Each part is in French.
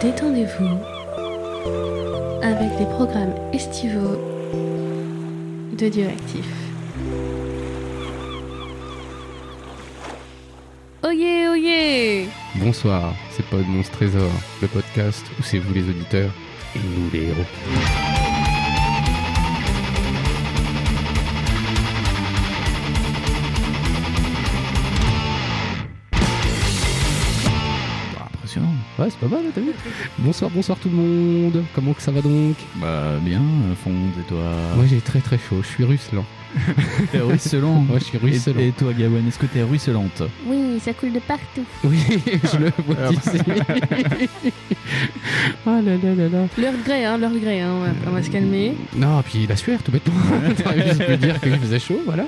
Détendez-vous avec les programmes estivaux de Dieu Oyez, oyez Bonsoir, c'est Pod Monstre Trésor, le podcast où c'est vous les auditeurs et nous les héros. Bah, impressionnant. Ouais, c'est pas mal, t'as vu Bonsoir, bonsoir tout le monde, comment que ça va donc Bah, bien, euh, Fonz, et toi Moi j'ai très très chaud, je suis ruisselant. T'es ruisselant. Moi je suis ruisselant. Mmh. Et, et toi, Gawen, est-ce que t'es ruisselante Oui, ça coule de partout. Oui, je le vois Ah, bah. d'ici. oh là là là là. L'heure de gré, hein, l'heure de gré, hein, on, va, on va se calmer. Non, puis la sueur, tout bêtement. T'aurais juste pu dire qu'il faisait chaud, voilà.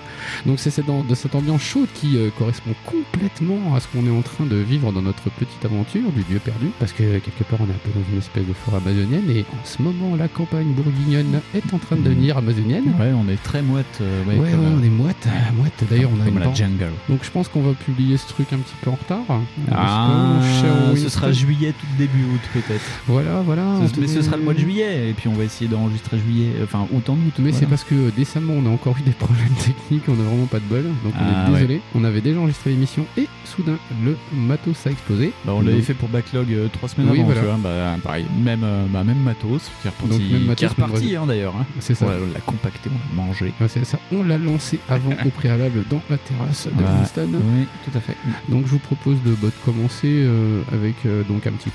Donc c'est cette- dans- de cette ambiance chaude qui euh, correspond complètement à ce qu'on est en train de vivre dans notre petite aventure du lieu perdu. Parce que quelque part, on est un peu dans une espèce de forêt amazonienne et en ce moment, la campagne bourguignonne est en train de devenir amazonienne. Mmh. Ouais, on est très moite. euh, Ouais, ouais, comme, on est moite, euh, moite. D'ailleurs, on a comme une la bande. jungle. Donc je pense qu'on va publier ce truc un petit peu en retard. Ah, Parce que, oh, Ah, shall we- ce sera juillet, tout début août peut-être. Voilà, voilà. Ce- mais ce sera le mois de juillet, et puis on va essayer d'enregistrer juillet, euh, enfin août en août. Mais c'est voilà. parce que euh, décemment on a encore eu des problèmes techniques, on a vraiment pas de bol, donc on Ah, est ouais. désolé. On avait déjà enregistré l'émission et soudain le matos a explosé. Bah, on l'avait Donc- fait pour Backlog euh, trois semaines Oui, avant, voilà. tu vois, bah, pareil, même, euh, bah, même matos, qui est reparti, Donc, même qui est matos, même reparti, hein, d'ailleurs. hein. C'est ça. Ouais, on l'a compacté, on l'a mangé. Ouais, c'est ça. On l'a lancé avant au préalable dans la terrasse de Ouais. Winston. Oui, tout à fait. Donc je vous propose de, bah, de commencer euh, avec euh, donc un petit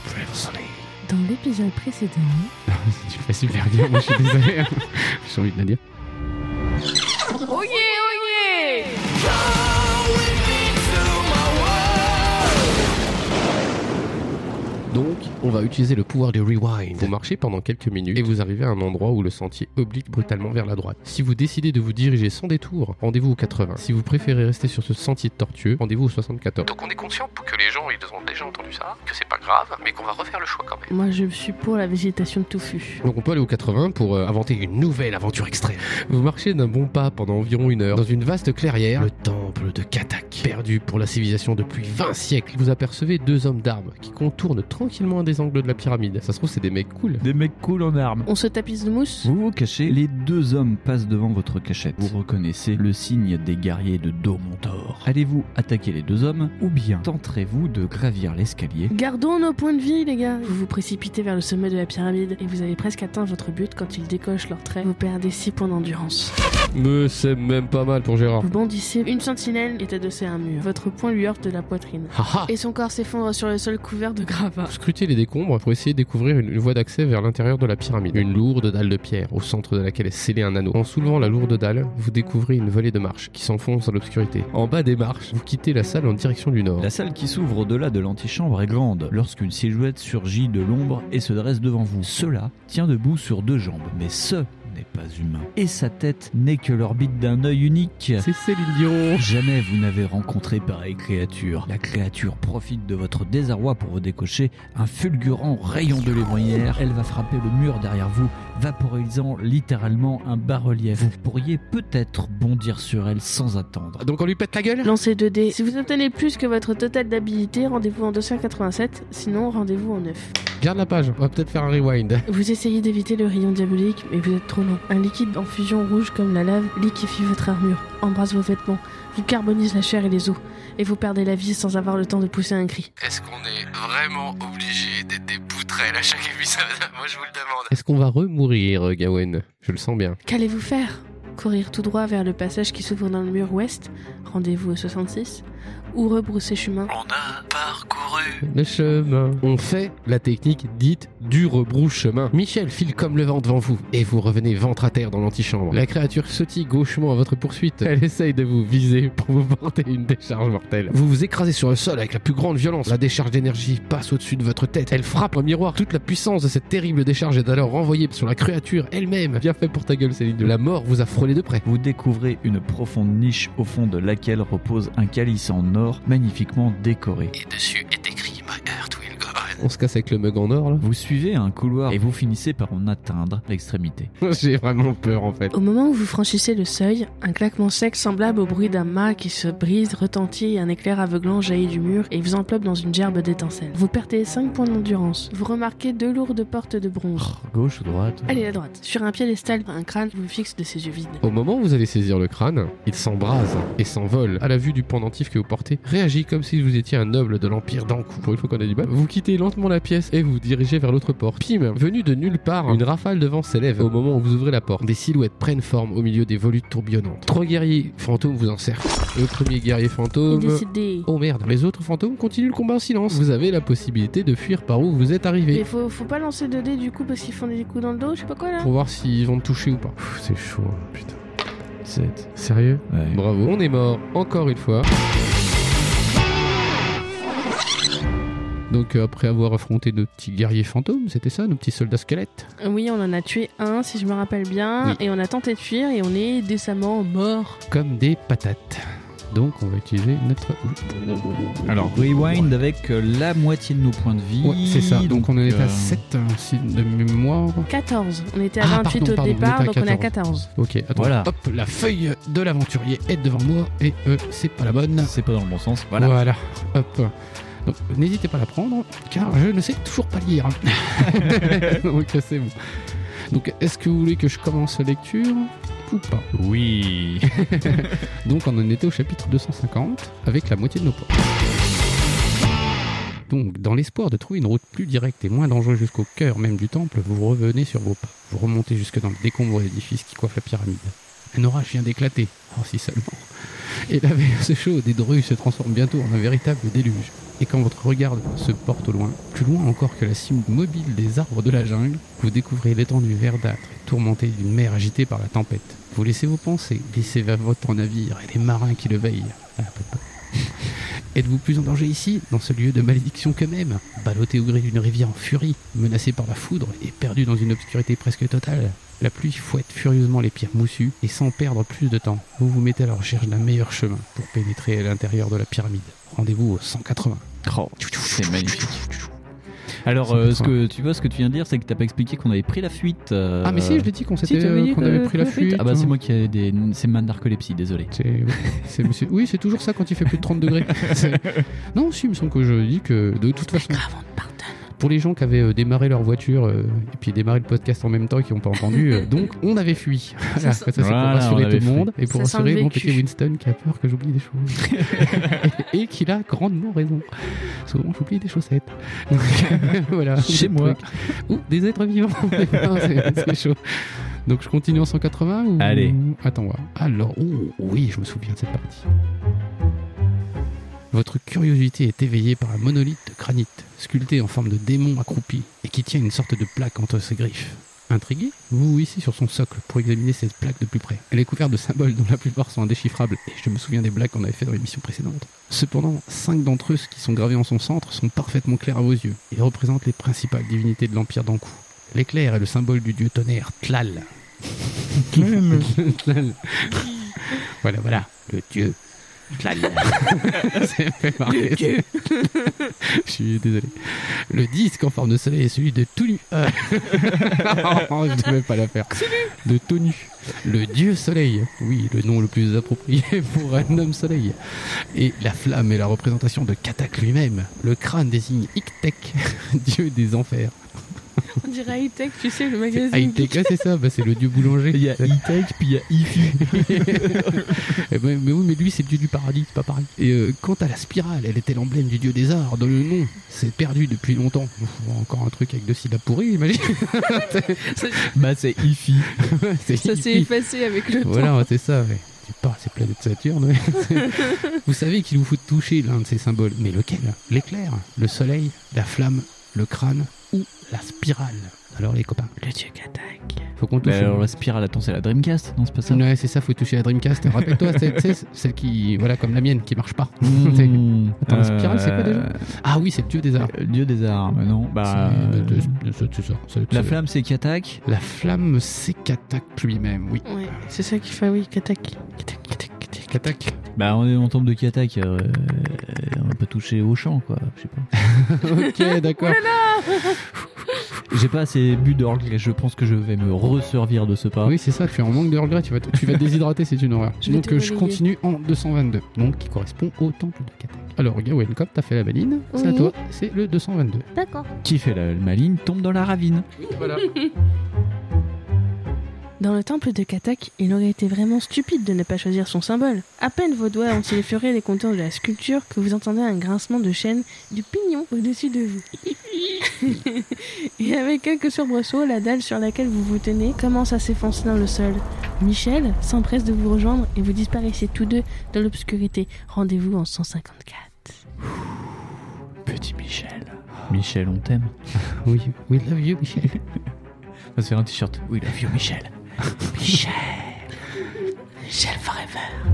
Dans l'épisode précédent, tu le fais super bien, moi je suis désolé. hein. J'ai envie de la dire. Oyez, oyez Donc on va utiliser le pouvoir de rewind. Vous marchez pendant quelques minutes et vous arrivez à un endroit où le sentier oblique brutalement vers la droite. Si vous décidez de vous diriger sans détour, rendez-vous au 80. Si vous préférez rester sur ce sentier tortueux, rendez-vous au 74. Donc on est conscient que les gens ils ont déjà entendu ça, que c'est pas grave, mais qu'on va refaire le choix quand même. Moi, je suis pour la végétation de touffu. Donc on peut aller au 80 pour euh, inventer une nouvelle aventure extrême. Vous marchez d'un bon pas pendant environ une heure dans une vaste clairière, le temple de Katak, perdu pour la civilisation depuis 20 siècles. Vous apercevez deux hommes d'armes qui contournent tranquillement un des angles de la pyramide. Ça se trouve c'est des mecs cool. Des mecs cool en armes. On se tapisse de mousse Vous vous cachez, les deux hommes passent devant votre cachette. Vous reconnaissez le signe des guerriers de Domontor. Allez-vous attaquer les deux hommes ou bien tenterez-vous de gravir l'escalier Gardons nos points de vie, les gars. Vous vous précipitez vers le sommet de la pyramide et vous avez presque atteint votre but quand ils décochent leurs traits. Vous perdez 6 points d'endurance. Mais c'est même pas mal pour Gérard. Vous bondissez, une sentinelle est adossée à un mur. Votre poing lui heurte la poitrine. Haha Et son corps s'effondre sur le sol couvert de gravats. Scruter les décombres pour essayer de découvrir une, une voie d'accès vers l'intérieur de la pyramide. Une lourde dalle de pierre, au centre de laquelle est scellé un anneau. En soulevant la lourde dalle, vous découvrez une vallée de marches qui s'enfonce dans l'obscurité. En bas des marches, vous quittez la salle en direction du nord. La salle qui s'ouvre au-delà de l'antichambre est grande lorsqu'une silhouette surgit de l'ombre et se dresse devant vous. Cela tient debout sur deux jambes, mais ce n'est pas humain. Et sa tête n'est que l'orbite d'un œil unique. C'est Céline Dion Jamais vous n'avez rencontré pareille créature. La créature profite de votre désarroi pour vous décocher un fulgurant rayon de lévrière. Elle va frapper le mur derrière vous, vaporisant littéralement un bas-relief. Vous pourriez peut-être bondir sur elle sans attendre. Donc on lui pète la gueule Lancez 2D. Si vous obtenez plus que votre total d'habilité, rendez-vous en 287, sinon rendez-vous en 9. Garde la page, on va peut-être faire un rewind. Vous essayez d'éviter le rayon diabolique, mais vous êtes trop loin. Un liquide en fusion rouge comme la lave liquéfie votre armure, embrasse vos vêtements, vous carbonise la chair et les os, et vous perdez la vie sans avoir le temps de pousser un cri. Est-ce qu'on est vraiment obligé d'être des poutrelles à chaque épisode Moi je vous le demande. Est-ce qu'on va remourir, euh, Gawen Je le sens bien. Qu'allez-vous faire Courir tout droit vers le passage qui s'ouvre dans le mur ouest, rendez-vous au 66, ou rebrousser chemin On a parcouru. Le chemin. On fait la technique dite du rebrouche chemin. Michel file comme le vent devant vous et vous revenez ventre à terre dans l'antichambre. La créature sautille gauchement à votre poursuite. Elle essaye de vous viser pour vous porter une décharge mortelle. Vous vous écrasez sur le sol avec la plus grande violence. La décharge d'énergie passe au-dessus de votre tête. Elle frappe un miroir. Toute la puissance de cette terrible décharge est alors renvoyée sur la créature elle-même. Bien fait pour ta gueule, Céline. La mort vous a frôlé de près. Vous découvrez une profonde niche au fond de laquelle repose un calice en or magnifiquement décoré. Et dessus est écrit My heart will go on. On se casse avec le mug en or là. Vous suivez un couloir et vous finissez par en atteindre l'extrémité. J'ai vraiment peur en fait. Au moment où vous franchissez le seuil, un claquement sec semblable au bruit d'un mât qui se brise retentit et un éclair aveuglant jaillit du mur et vous enveloppe dans une gerbe d'étincelles. Vous perdez 5 points d'endurance. Vous remarquez deux lourdes portes de bronze. Gauche ou droite Allez à droite. Sur un piédestal, un crâne vous fixe de ses yeux vides. Au moment où vous allez saisir le crâne, il s'embrase et s'envole à la vue du pendentif que vous portez. Réagit comme si vous étiez un noble de l'Empire d'Ankou. Pour une fois qu'on a du bal, vous quittez lentement la pièce et vous dirigez vers l'autre porte. Pim, venu de nulle part, une rafale de vent s'élève au moment où vous ouvrez la porte. Des silhouettes prennent forme au milieu des volutes tourbillonnantes. Trois guerriers fantômes vous en servent. Le premier guerrier Il fantôme. décide des... Oh merde, les autres fantômes continuent le combat en silence. Vous avez la possibilité de fuir par où vous êtes Mais arrivé. faut, faut pas lancer de dés du coup parce qu'ils font des coups dans le dos, je sais pas quoi là. Pour voir s'ils vont te toucher ou pas. Pff, C'est chaud, hein, putain. 7. Sérieux Ouais. Bravo. On est mort, encore une fois. Donc euh, après avoir affronté nos petits guerriers fantômes, c'était ça, nos petits soldats squelettes Euh, Oui, on en a tué un si je me rappelle bien Oui. et on a tenté de fuir et on est décemment mort. Comme des patates. Donc on va utiliser notre... Alors, rewind avec euh, la moitié de nos points de vie. Ouais, c'est ça. Donc on en est euh, à 7 hein, de mémoire. 14. On était à Ah, 28 pardon, au pardon, on départ, était à donc on est à 14. Ok, attends. Voilà. Hop, la feuille de l'aventurier est devant moi et euh, c'est pas la bonne. C'est pas dans le bon sens. Voilà. Voilà. Hop. Donc n'hésitez pas à la prendre, car je ne sais toujours pas lire. Donc c'est bon. Donc est-ce que vous voulez que je commence la lecture ou pas Oui. Donc on en était au chapitre 250, avec la moitié de nos points. Donc, dans l'espoir de trouver une route plus directe et moins dangereuse jusqu'au cœur même du temple, vous revenez sur vos pas. Vous remontez jusque dans le décombre de l'édifice qui coiffe la pyramide. Un orage vient d'éclater, oh si seulement. Et la veille se chaude et drue se transforme bientôt en un véritable déluge. Et quand votre regard se porte au loin, plus loin encore que la cime mobile des arbres de la jungle, vous découvrez l'étendue verdâtre et tourmentée d'une mer agitée par la tempête. Vous laissez vos pensées glisser vers votre navire et les marins qui le veillent. Ah, pas de peau. Êtes-vous plus en danger ici, dans ce lieu de malédiction que même Ballotté au gré d'une rivière en furie, menacé par la foudre et perdu dans une obscurité presque totale La pluie fouette furieusement les pierres moussues et sans perdre plus de temps, vous vous mettez à la recherche d'un meilleur chemin pour pénétrer à l'intérieur de la pyramide. Rendez-vous au 180. Oh, c'est magnifique. Alors, euh, ce que tu vois, ce que tu viens de dire, c'est que t'as pas expliqué qu'on avait pris la fuite. euh, Ah mais si, je l'ai dit qu'on si, s'était t'avais dit euh, qu'on que avait t'avais pris la fuite. Ah bah c'est hein. moi qui ai des. C'est ma narcolepsie, désolé. C'est- oui, c'est monsieur- Oui, c'est toujours ça quand il fait plus de 30 degrés. C'est- Non, si, il me semble que je dis que de toute façon, Grave, on te pardonne. pour les gens qui avaient euh, démarré leur voiture euh, et puis démarré le podcast en même temps et qui n'ont pas entendu, euh, donc on avait fui. Voilà, sent- ça, c'est pour Voilà, on rassurer avait tout le monde et pour Ça sent le rassurer mon vécu. petit Winston qui a peur que j'oublie des choses. et, et qu'il a grandement raison. Souvent, j'oublie des chaussettes. Donc, voilà. Chez Des moi. trucs. Ou des êtres vivants. C'est- c'est chaud. Donc je continue en 180 ou... Allez. Attends, voir. Alors, oh, oui, je me souviens de cette partie. Votre curiosité est éveillée par un monolithe de granit, sculpté en forme de démon accroupi, et qui tient une sorte de plaque entre ses griffes. Intrigué, vous vous hissez sur son socle pour examiner cette plaque de plus près. Elle est couverte de symboles dont la plupart sont indéchiffrables, et je me souviens des blagues qu'on avait fait dans l'émission précédente. Cependant, cinq d'entre eux ce qui sont gravés en son centre sont parfaitement clairs à vos yeux, et représentent les principales divinités de l'Empire d'Ankou. L'éclair est le symbole du dieu tonnerre, Tlal. Tlal. Voilà, voilà, le dieu. Tlal. Ça fait marrer. Je suis désolé. Le disque en forme de soleil est celui de Tonu. Euh. je ne devais pas la faire. De Tonu. Le dieu soleil. Oui, le nom le plus approprié pour un homme soleil. Et la flamme est la représentation de Katak lui-même. Le crâne désigne Iktek, dieu des enfers. On dirait high-tech, tu sais, le magazine. Ah, Iktek, ouais, c'est ça, bah, c'est le dieu boulanger. Il y a E-Tech, puis il y a IFU. Eh ben, mais oui, mais lui, c'est le dieu du paradis, c'est pas pareil. Et euh, quant à la spirale, elle était l'emblème du dieu des arts, dont le nom s'est perdu depuis longtemps. Ouf, Encore un truc avec deux syllabes pourries, imagine. bah, c'est IFI. Ça s'est effacé avec le temps. Voilà, ouais, c'est ça, ouais. C'est pas ces planètes Saturne. ouais. C'est- vous savez qu'il vous faut toucher l'un de ces symboles, mais lequel L'éclair, le soleil, la flamme, le crâne ou la spirale Alors les copains, Le dieu Katak. faut qu'on touche. Bah, alors, la spirale, attends, c'est la Dreamcast Non, c'est pas ça Ouais, c'est ça, faut toucher la Dreamcast. Rappelle-toi, c'est- c'est celle qui, voilà, comme la mienne, qui marche pas. Mmh. Attends, la spirale, c'est quoi déjà Euh, Ah oui, c'est le dieu des arts. euh, Dieu des armes, non Bah. C'est- euh, c'est- c'est- c'est ça, c'est- La c'est- flamme, c'est qui attaque La flamme, c'est Katak lui-même, oui. Ouais, c'est ça qui fait, oui, Katak. Katak, Katak, Katak. Katak Bah, on, est, on tombe de qui attaque. euh, on peut toucher au champ, quoi. Je sais pas. ok, d'accord. J'ai pas assez bu de Earl Grey, Je pense que je vais me resservir de ce pas. Oui, c'est ça, tu es en manque de regret, tu vas, te- tu vas te déshydrater, c'est une horreur. Je vais donc tout euh, je balayer. continue en 222, donc qui correspond au temple de Katak. Alors, Gawain Cop, t'as fait la baline, c'est à Oui. toi, c'est le 222. D'accord. Qui fait la, maligne tombe dans la ravine. Dans le temple de Katak, il aurait été vraiment stupide de ne pas choisir son symbole. À peine vos doigts ont effleuré les contours de la sculpture que vous entendez un grincement de chaîne du pignon au-dessus de vous. Et avec quelques surbressements, la dalle sur laquelle vous vous tenez commence à s'effoncer dans le sol. Michel s'empresse de vous rejoindre et vous disparaissez tous deux dans l'obscurité. Rendez-vous en 154. Petit Michel. Michel, on t'aime. Oui, we love you, Michel. On va se faire un t-shirt. Oui, love you, Michel. Michel. Michel Forever.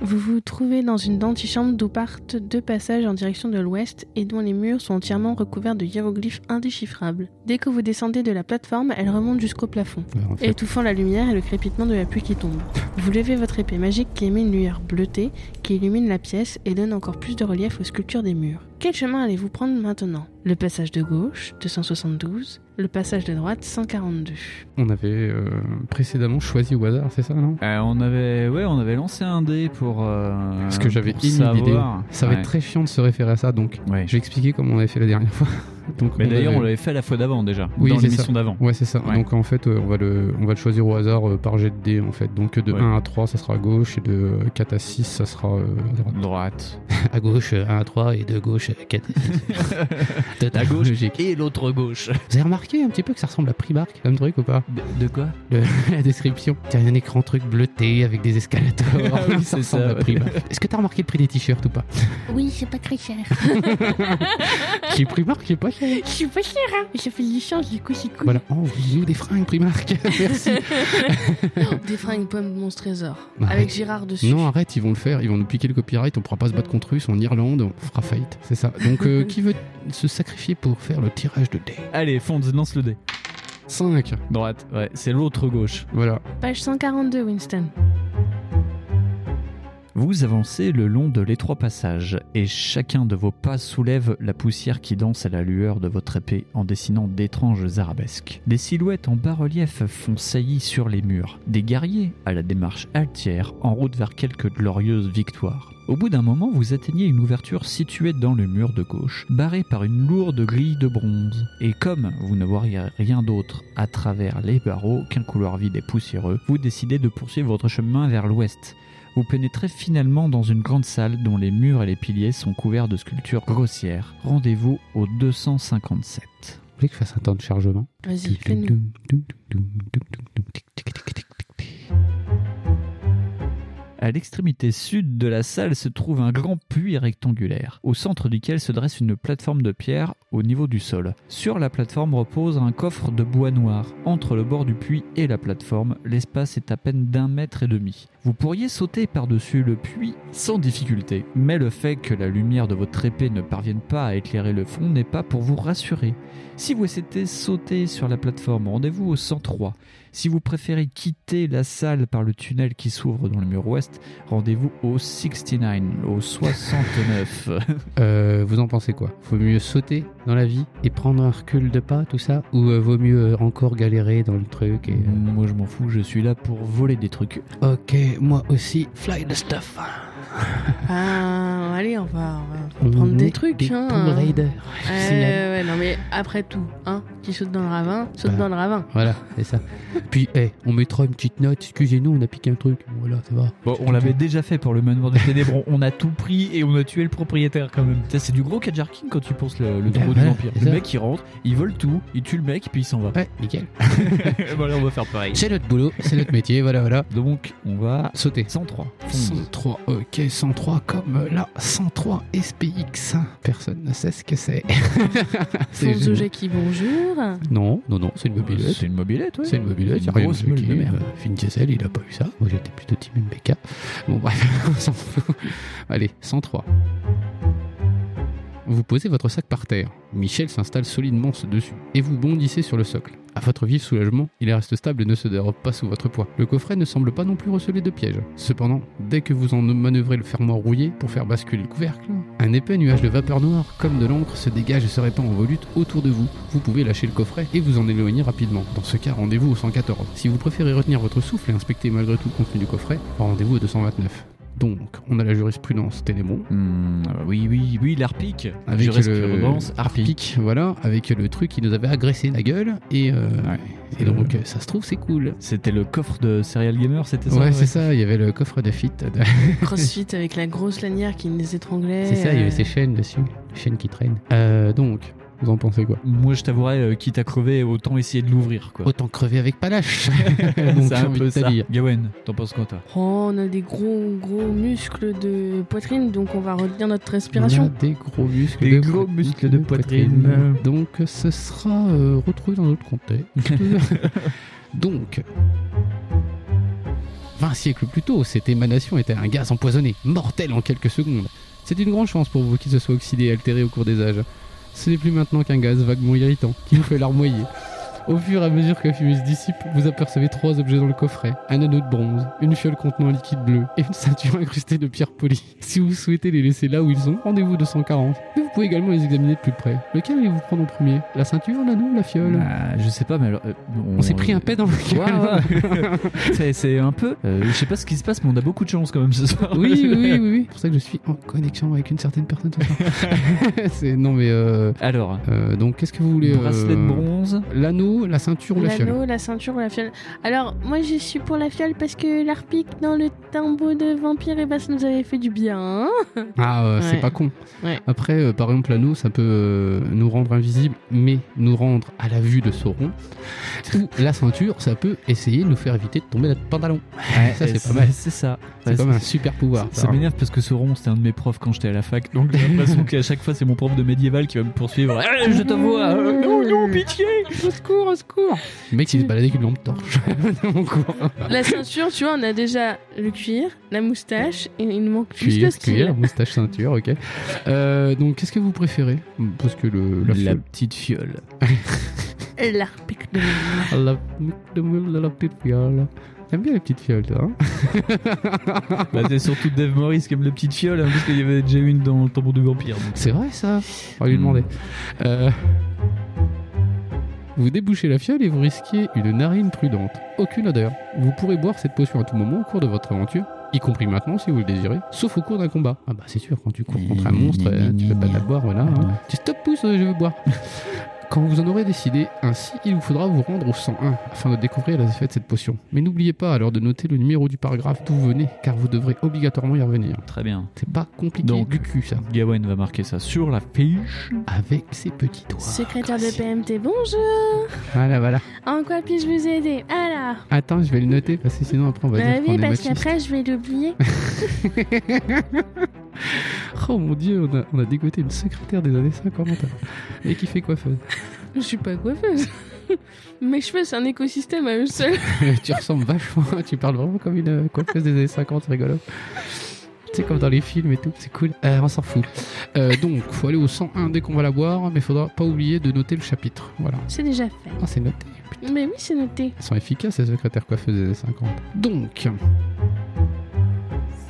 Vous vous trouvez dans une d'antichambre d'où partent deux passages en direction de l'ouest et dont les murs sont entièrement recouverts de hiéroglyphes indéchiffrables. Dès que vous descendez de la plateforme, elle remonte jusqu'au plafond, Alors, Bah, en fait, étouffant la lumière et le crépitement de la pluie qui tombe. Vous levez votre épée magique qui émet une lueur bleutée qui illumine la pièce et donne encore plus de relief aux sculptures des murs. Quel chemin allez-vous prendre maintenant Le passage de gauche, 272, le passage de droite, 142. on avait euh, précédemment choisi au hasard, c'est ça, non Euh, on avait, ouais, on avait lancé un dé pour. euh, Parce que j'avais pour une idée. savoir. Ça va Ouais. être très chiant de se référer à ça, donc Ouais. je vais expliquer comment on avait fait la dernière fois. Donc, Mais on d'ailleurs, avait- on l'avait fait la fois d'avant déjà. Oui, dans c'est l'émission ça. d'avant. Ouais, c'est ça. Ouais. Donc en fait, euh, on va le, on va le choisir au hasard euh, par jet de dés en fait. Donc de Ouais. 1 à 3, ça sera à gauche et de euh, 4 à 6, ça sera euh, à droite. Droite. À gauche, euh, 1 à 3 et de gauche, 4. La gauche et l'autre gauche. Vous avez remarqué un petit peu que ça ressemble à Primark comme truc ou pas De, quoi La description. T'as un écran truc bleuté avec des escalators. Ah oui, ça c'est ressemble ça, à ouais. Primark. Est-ce que t'as remarqué le prix des t-shirts ou pas Oui, c'est pas très cher. Chez Primark, je sais pas. Je suis pas chère, hein Mais ça fait du change, du coup, c'est Ah, cool. Voilà, Oh, envoyez-nous des fringues Primark. Merci. Des fringues pommes de mon trésor. Bah, avec arrête. Girard dessus. Non, arrête, ils vont le faire. Ils vont nous piquer le copyright. On pourra pas se battre contre eux. Ils sont en Irlande. On fera fight. C'est ça. Donc euh, qui veut se sacrifier pour faire le tirage de dés Allez, Fonds, lance le dé. 5. Droite, ouais, c'est l'autre gauche. Voilà. Page 142, Winston. Vous avancez le long de l'étroit passage et chacun de vos pas soulève la poussière qui danse à la lueur de votre épée en dessinant d'étranges arabesques. Des silhouettes en bas-relief font saillie sur les murs, des guerriers à la démarche altière en route vers quelque glorieuse victoire. Au bout d'un moment, vous atteignez une ouverture située dans le mur de gauche, barrée par une lourde grille de bronze. Et comme vous ne voyez rien d'autre à travers les barreaux qu'un couloir vide et poussiéreux, vous décidez de poursuivre votre chemin vers l'ouest, vous pénétrez finalement dans une grande salle dont les murs et les piliers sont couverts de sculptures grossières. Rendez-vous au 257. Vous voulez que je fasse un temps de chargement Vas-y, fais-nous. À l'extrémité sud de la salle se trouve un grand puits rectangulaire, au centre duquel se dresse une plateforme de pierre au niveau du sol. Sur la plateforme repose un coffre de bois noir. Entre le bord du puits et la plateforme, l'espace est à peine d'un mètre et demi. Vous pourriez sauter par-dessus le puits sans difficulté, mais le fait que la lumière de votre épée ne parvienne pas à éclairer le fond n'est pas pour vous rassurer. Si vous souhaitez sauter sur la plateforme, rendez-vous au 103. Si vous préférez quitter la salle par le tunnel qui s'ouvre dans le mur ouest, rendez-vous au 69, au 69. Euh, vous en pensez quoi Faut mieux sauter dans la vie et prendre un recul de pas, tout ça Ou euh, vaut mieux euh, encore galérer dans le truc et, Et euh, moi je m'en fous, je suis là pour voler des trucs. euh, Ok, moi aussi, fly the stuff. Ah, allez, on va, on va prendre des trucs. hein. Tomb Raider. Euh, je signale. ouais, non, mais après tout, hein, qui saute dans le ravin, saute Bah. dans le ravin. Voilà, c'est ça. Puis, eh, on mettra une petite note. Excusez-nous, on a piqué un truc. Voilà, ça va. Bon, on l'avait déjà fait pour le manoir de Ténébron, on a tout pris et on a tué le propriétaire quand même. Ça, C'est du gros catjarking quand tu penses le, le Ben tombeau du voilà, vampire. c'est Le ça. mec il rentre, il vole tout, il tue le mec puis il s'en va. Ouais, Eh, nickel. voilà, on va faire pareil. C'est notre boulot, c'est notre métier, voilà, voilà. Donc on va Sauter. 103. 103, ok, 103 comme là, 103 SPX. Personne ne sait ce que c'est. C'est Fonzo génial. Jackie, bonjour. Non, non, non, c'est une Euh, mobilette. C'est une mobilette, ouais. C'est une mobilette, il Une a rien grosse meule de bloqué. merde. Euh, Vin Diesel, il a pas eu ça. Moi, j'étais plutôt Team MBK. Bon bref, on s'en fout. Allez, 103. Vous posez votre sac par terre. Michel s'installe solidement dessus et vous bondissez sur le socle. À votre vif soulagement, il reste stable et ne se dérobe pas sous votre poids. Le coffret ne semble pas non plus receler de piège. Cependant, dès que vous en manœuvrez le fermoir rouillé pour faire basculer le couvercle, un épais nuage de vapeur noire, comme de l'encre, se dégage et se répand en volute autour de vous. Vous pouvez lâcher le coffret et vous en éloigner rapidement. Dans ce cas, rendez-vous au 114. Si vous préférez retenir votre souffle et inspecter malgré tout le contenu du coffret, rendez-vous au 229. Donc, on a la jurisprudence Télémon, Hmm, ah bah oui, oui, oui, l'Arpic. Avec jurisprudence, le Arpic. Pic, voilà, avec le truc qui nous avait agressé la gueule. Et, euh, et donc, euh, ça se trouve, c'est cool. C'était le coffre de Serial Gamer, c'était ça Ouais, c'est ça, il y avait le coffre de fit. de- Crossfit avec la grosse lanière qui les étranglait. C'est ça, il y euh, avait ces chaînes dessus, les chaînes qui traînent. Euh, donc, vous en pensez quoi Moi, je t'avouerais, euh, quitte à crever, autant essayer de l'ouvrir, quoi. Autant crever avec Palache Donc, c'est j'ai un envie peu de ça. te dire. Gawen, t'en penses quoi, toi Oh, on a des gros gros muscles de poitrine, donc on va retenir notre On a respiration. des gros muscles Des de gros poitrine- muscles de poitrine. Donc, ce sera euh, retrouvé dans d'autres contextes. Donc, 20 siècles plus tôt, cette émanation était un gaz empoisonné, mortel en quelques secondes. C'est une grande chance pour vous qu'il se soit oxydé et altéré au cours des âges. Ce n'est plus maintenant qu'un gaz vaguement irritant qui vous fait larmoyer. Au fur et à mesure que la fumée se dissipe, vous apercevez trois objets dans le coffret. Un anneau de bronze, une fiole contenant un liquide bleu et une ceinture incrustée de pierres polies. Si vous souhaitez les laisser là où ils sont, rendez-vous au 240. Mais vous pouvez également les examiner de plus près. Lequel allez-vous prendre en premier La ceinture, l'anneau ou la fiole Ah, Je sais pas, mais alors. euh, Euh, Bah, On s'est pris un pet dans le Ouais, cœur. ouais. c'est, c'est un peu. euh, je sais pas ce qui se passe, mais on a beaucoup de chance quand même ce soir. Oui, oui, oui, oui. C'est pour ça que je suis en connexion avec une certaine personne ce soir. C'est- non, mais euh, Alors, euh, donc qu'est-ce que vous voulez euh, bracelet de bronze. L'anneau, la ceinture ou la fiole L'anneau, la ceinture ou la fiole. Alors, moi je suis pour la fiole parce que l'arpic dans le tambour de vampire, et bah ça nous avait fait du bien. hein Ah, euh, Ouais. c'est pas con. Ouais. Après, euh, par exemple, l'anneau, ça peut euh, nous rendre invisibles, mais nous rendre à la vue de Sauron. Ou la ceinture, ça peut essayer de nous faire éviter de tomber notre pantalon. ça, Ouais, c'est pas mal. C'est ça. C'est Ouais, comme un super pouvoir. Ça, ça. m'énerve parce que Sauron, c'était un de mes profs quand j'étais à la fac. Donc j'ai l'impression qu'à chaque fois, c'est mon prof de médiéval qui va me poursuivre. Eh, je te vois euh, Non, non, pitié Au secours, au secours Le mec, il se baladait avec une lampe torche dans mon cours. La ceinture, tu vois, on a déjà le cuir, la moustache, et il nous manque juste le Cuir, style. cuir, moustache, ceinture, ok. Euh, donc, qu'est-ce que vous préférez Parce que le, la fiole- petite fiole. L'arpic de La, la- la petite fiole. T'aimes bien les petites fioles, toi hein Ah. Bah, c'est surtout Dave Morris qui aime la petite fiole, hein, parce qu'il y avait déjà une dans le tambour du vampire. donc. C'est vrai ça On va lui demander. Euh, Vous débouchez la fiole et vous risquez une narine prudente. Aucune odeur. Vous pourrez boire cette potion à tout moment au cours de votre aventure, y compris maintenant si vous le désirez, sauf au cours d'un combat. Ah bah c'est sûr, quand tu cours contre un monstre, euh, tu peux pas la boire, voilà. hein. Tu stop pouce, euh, je veux boire. Quand vous en aurez décidé ainsi, il vous faudra vous rendre au 101 afin de découvrir les effets de cette potion. Mais n'oubliez pas alors de noter le numéro du paragraphe d'où vous venez, car vous devrez obligatoirement y revenir. Très bien. C'est pas compliqué Donc, du cul ça. Gawain va marquer ça sur la fiche. Avec ses petits doigts. Secrétaire de PMT, bonjour Voilà, voilà. En quoi puis-je vous aider Alors Attends, je vais le noter parce que sinon après on va Bah dire qu'on oui, est parce machiste. qu'après je vais l'oublier. Oh mon dieu, on a, on a dégoté une secrétaire des années 50 et qui fait coiffeuse. je suis pas coiffeuse. Mes cheveux, c'est un écosystème à eux seuls. tu ressembles vachement, hein, tu parles vraiment comme une euh, coiffeuse des années 50, c'est rigolo. C'est comme dans les films et tout, c'est cool. Euh, on s'en fout. Euh, donc, faut aller au 101 dès qu'on va la boire, mais faudra pas oublier de noter le chapitre. Voilà. C'est déjà fait. Ah, c'est noté. Mais oui, c'est noté. Elles sont efficaces, les secrétaires coiffeuses des années 50. Donc,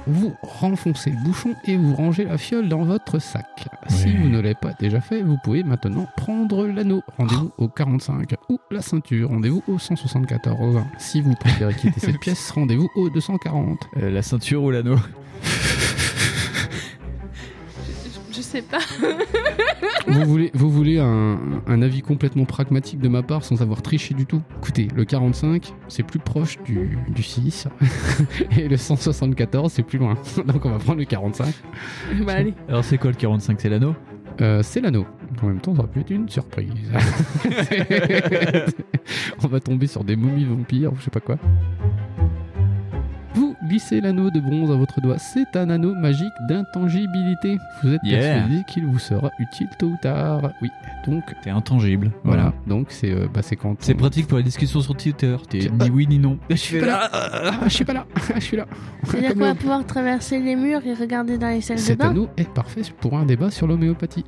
vous renfoncez le bouchon et vous rangez la fiole dans votre sac. Si vous ne l'avez pas déjà fait, vous pouvez maintenant prendre l'anneau. Rendez-vous au 45 ou la ceinture. Rendez-vous au 174. Si vous préférez quitter cette pièce, rendez-vous au 240. Euh, la ceinture ou l'anneau Je, je sais pas. Vous voulez, vous voulez un, un avis complètement pragmatique de ma part sans avoir triché du tout Écoutez, le 45, c'est plus proche du, du 6 et le 174, c'est plus loin. Donc on va prendre le 45. bah allez. Alors c'est quoi le 45 C'est l'anneau Euh, c'est l'anneau. En même temps, ça aurait pu être une surprise. on va tomber sur des momies vampires ou je sais pas quoi. Vous glissez l'anneau de bronze à votre doigt. C'est un anneau magique d'intangibilité. Vous êtes Yeah. persuadé qu'il vous sera utile tôt ou tard. Oui, donc T'es intangible. voilà. Donc c'est euh, bah, c'est quand. C'est on- pratique pour les discussions sur Twitter. T'es C'est- ni oui ni non. Je suis pas Ah, je suis pas là. je suis là. C'est-à-dire Comme qu'on va le- pouvoir traverser les murs et regarder dans les salles de Cet bain. anneau est parfait pour un débat sur l'homéopathie.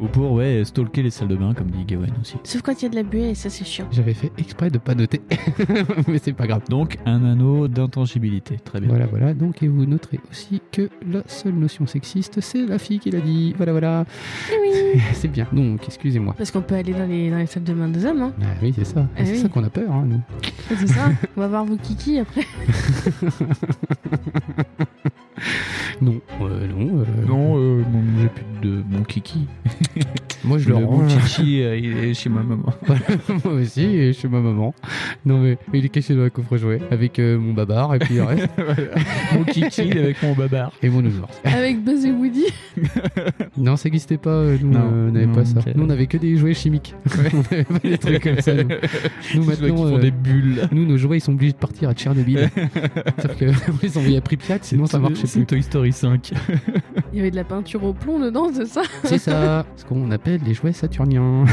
Ou pour, ouais, stalker les salles de bain, comme dit Gawain aussi. Sauf quand il y a de la buée et ça c'est chiant. J'avais fait exprès de pas noter, mais c'est pas grave. Donc, un anneau d'intangibilité. Très bien. Voilà, voilà. Donc, et vous noterez aussi que la seule notion sexiste, c'est la fille qui l'a dit. Voilà, voilà. Eh c'est bien. Donc, excusez-moi. Parce qu'on peut aller dans les, dans les salles de bain des hommes, hein. Ah oui, c'est ça. Eh c'est oui. ça qu'on a peur, hein, nous. C'est ça. On va voir vos kiki après. Non, euh, non. euh, Non, euh, mon- j'ai plus de mon kiki. Moi, je le le rends. hein. mon kiki, euh, il est chez ma maman. Moi aussi, et chez ma maman. Non, mais il est caché dans la coffre jouet avec euh, mon babar et puis le reste. mon kiki, il est avec mon babar. et mon nounours. Avec Buzz et Woody. Non, ça n'existait pas. euh, Nous, Non, euh, on n'avait non, pas ça. c'est- Nous, on avait que des jouets chimiques. on n'avait pas des trucs comme ça. Nous, nous Ceux qui maintenant, font euh, des bulles. nous, nos jouets, ils sont obligés de partir à Tchernobyl. C'est-à-dire que ils ont envoyé à Pripyat, sinon ça marchait C'est plus. Toy Story 5. Il y avait de la peinture au plomb dedans, c'est ça C'est ça, ce qu'on appelle les jouets saturniens.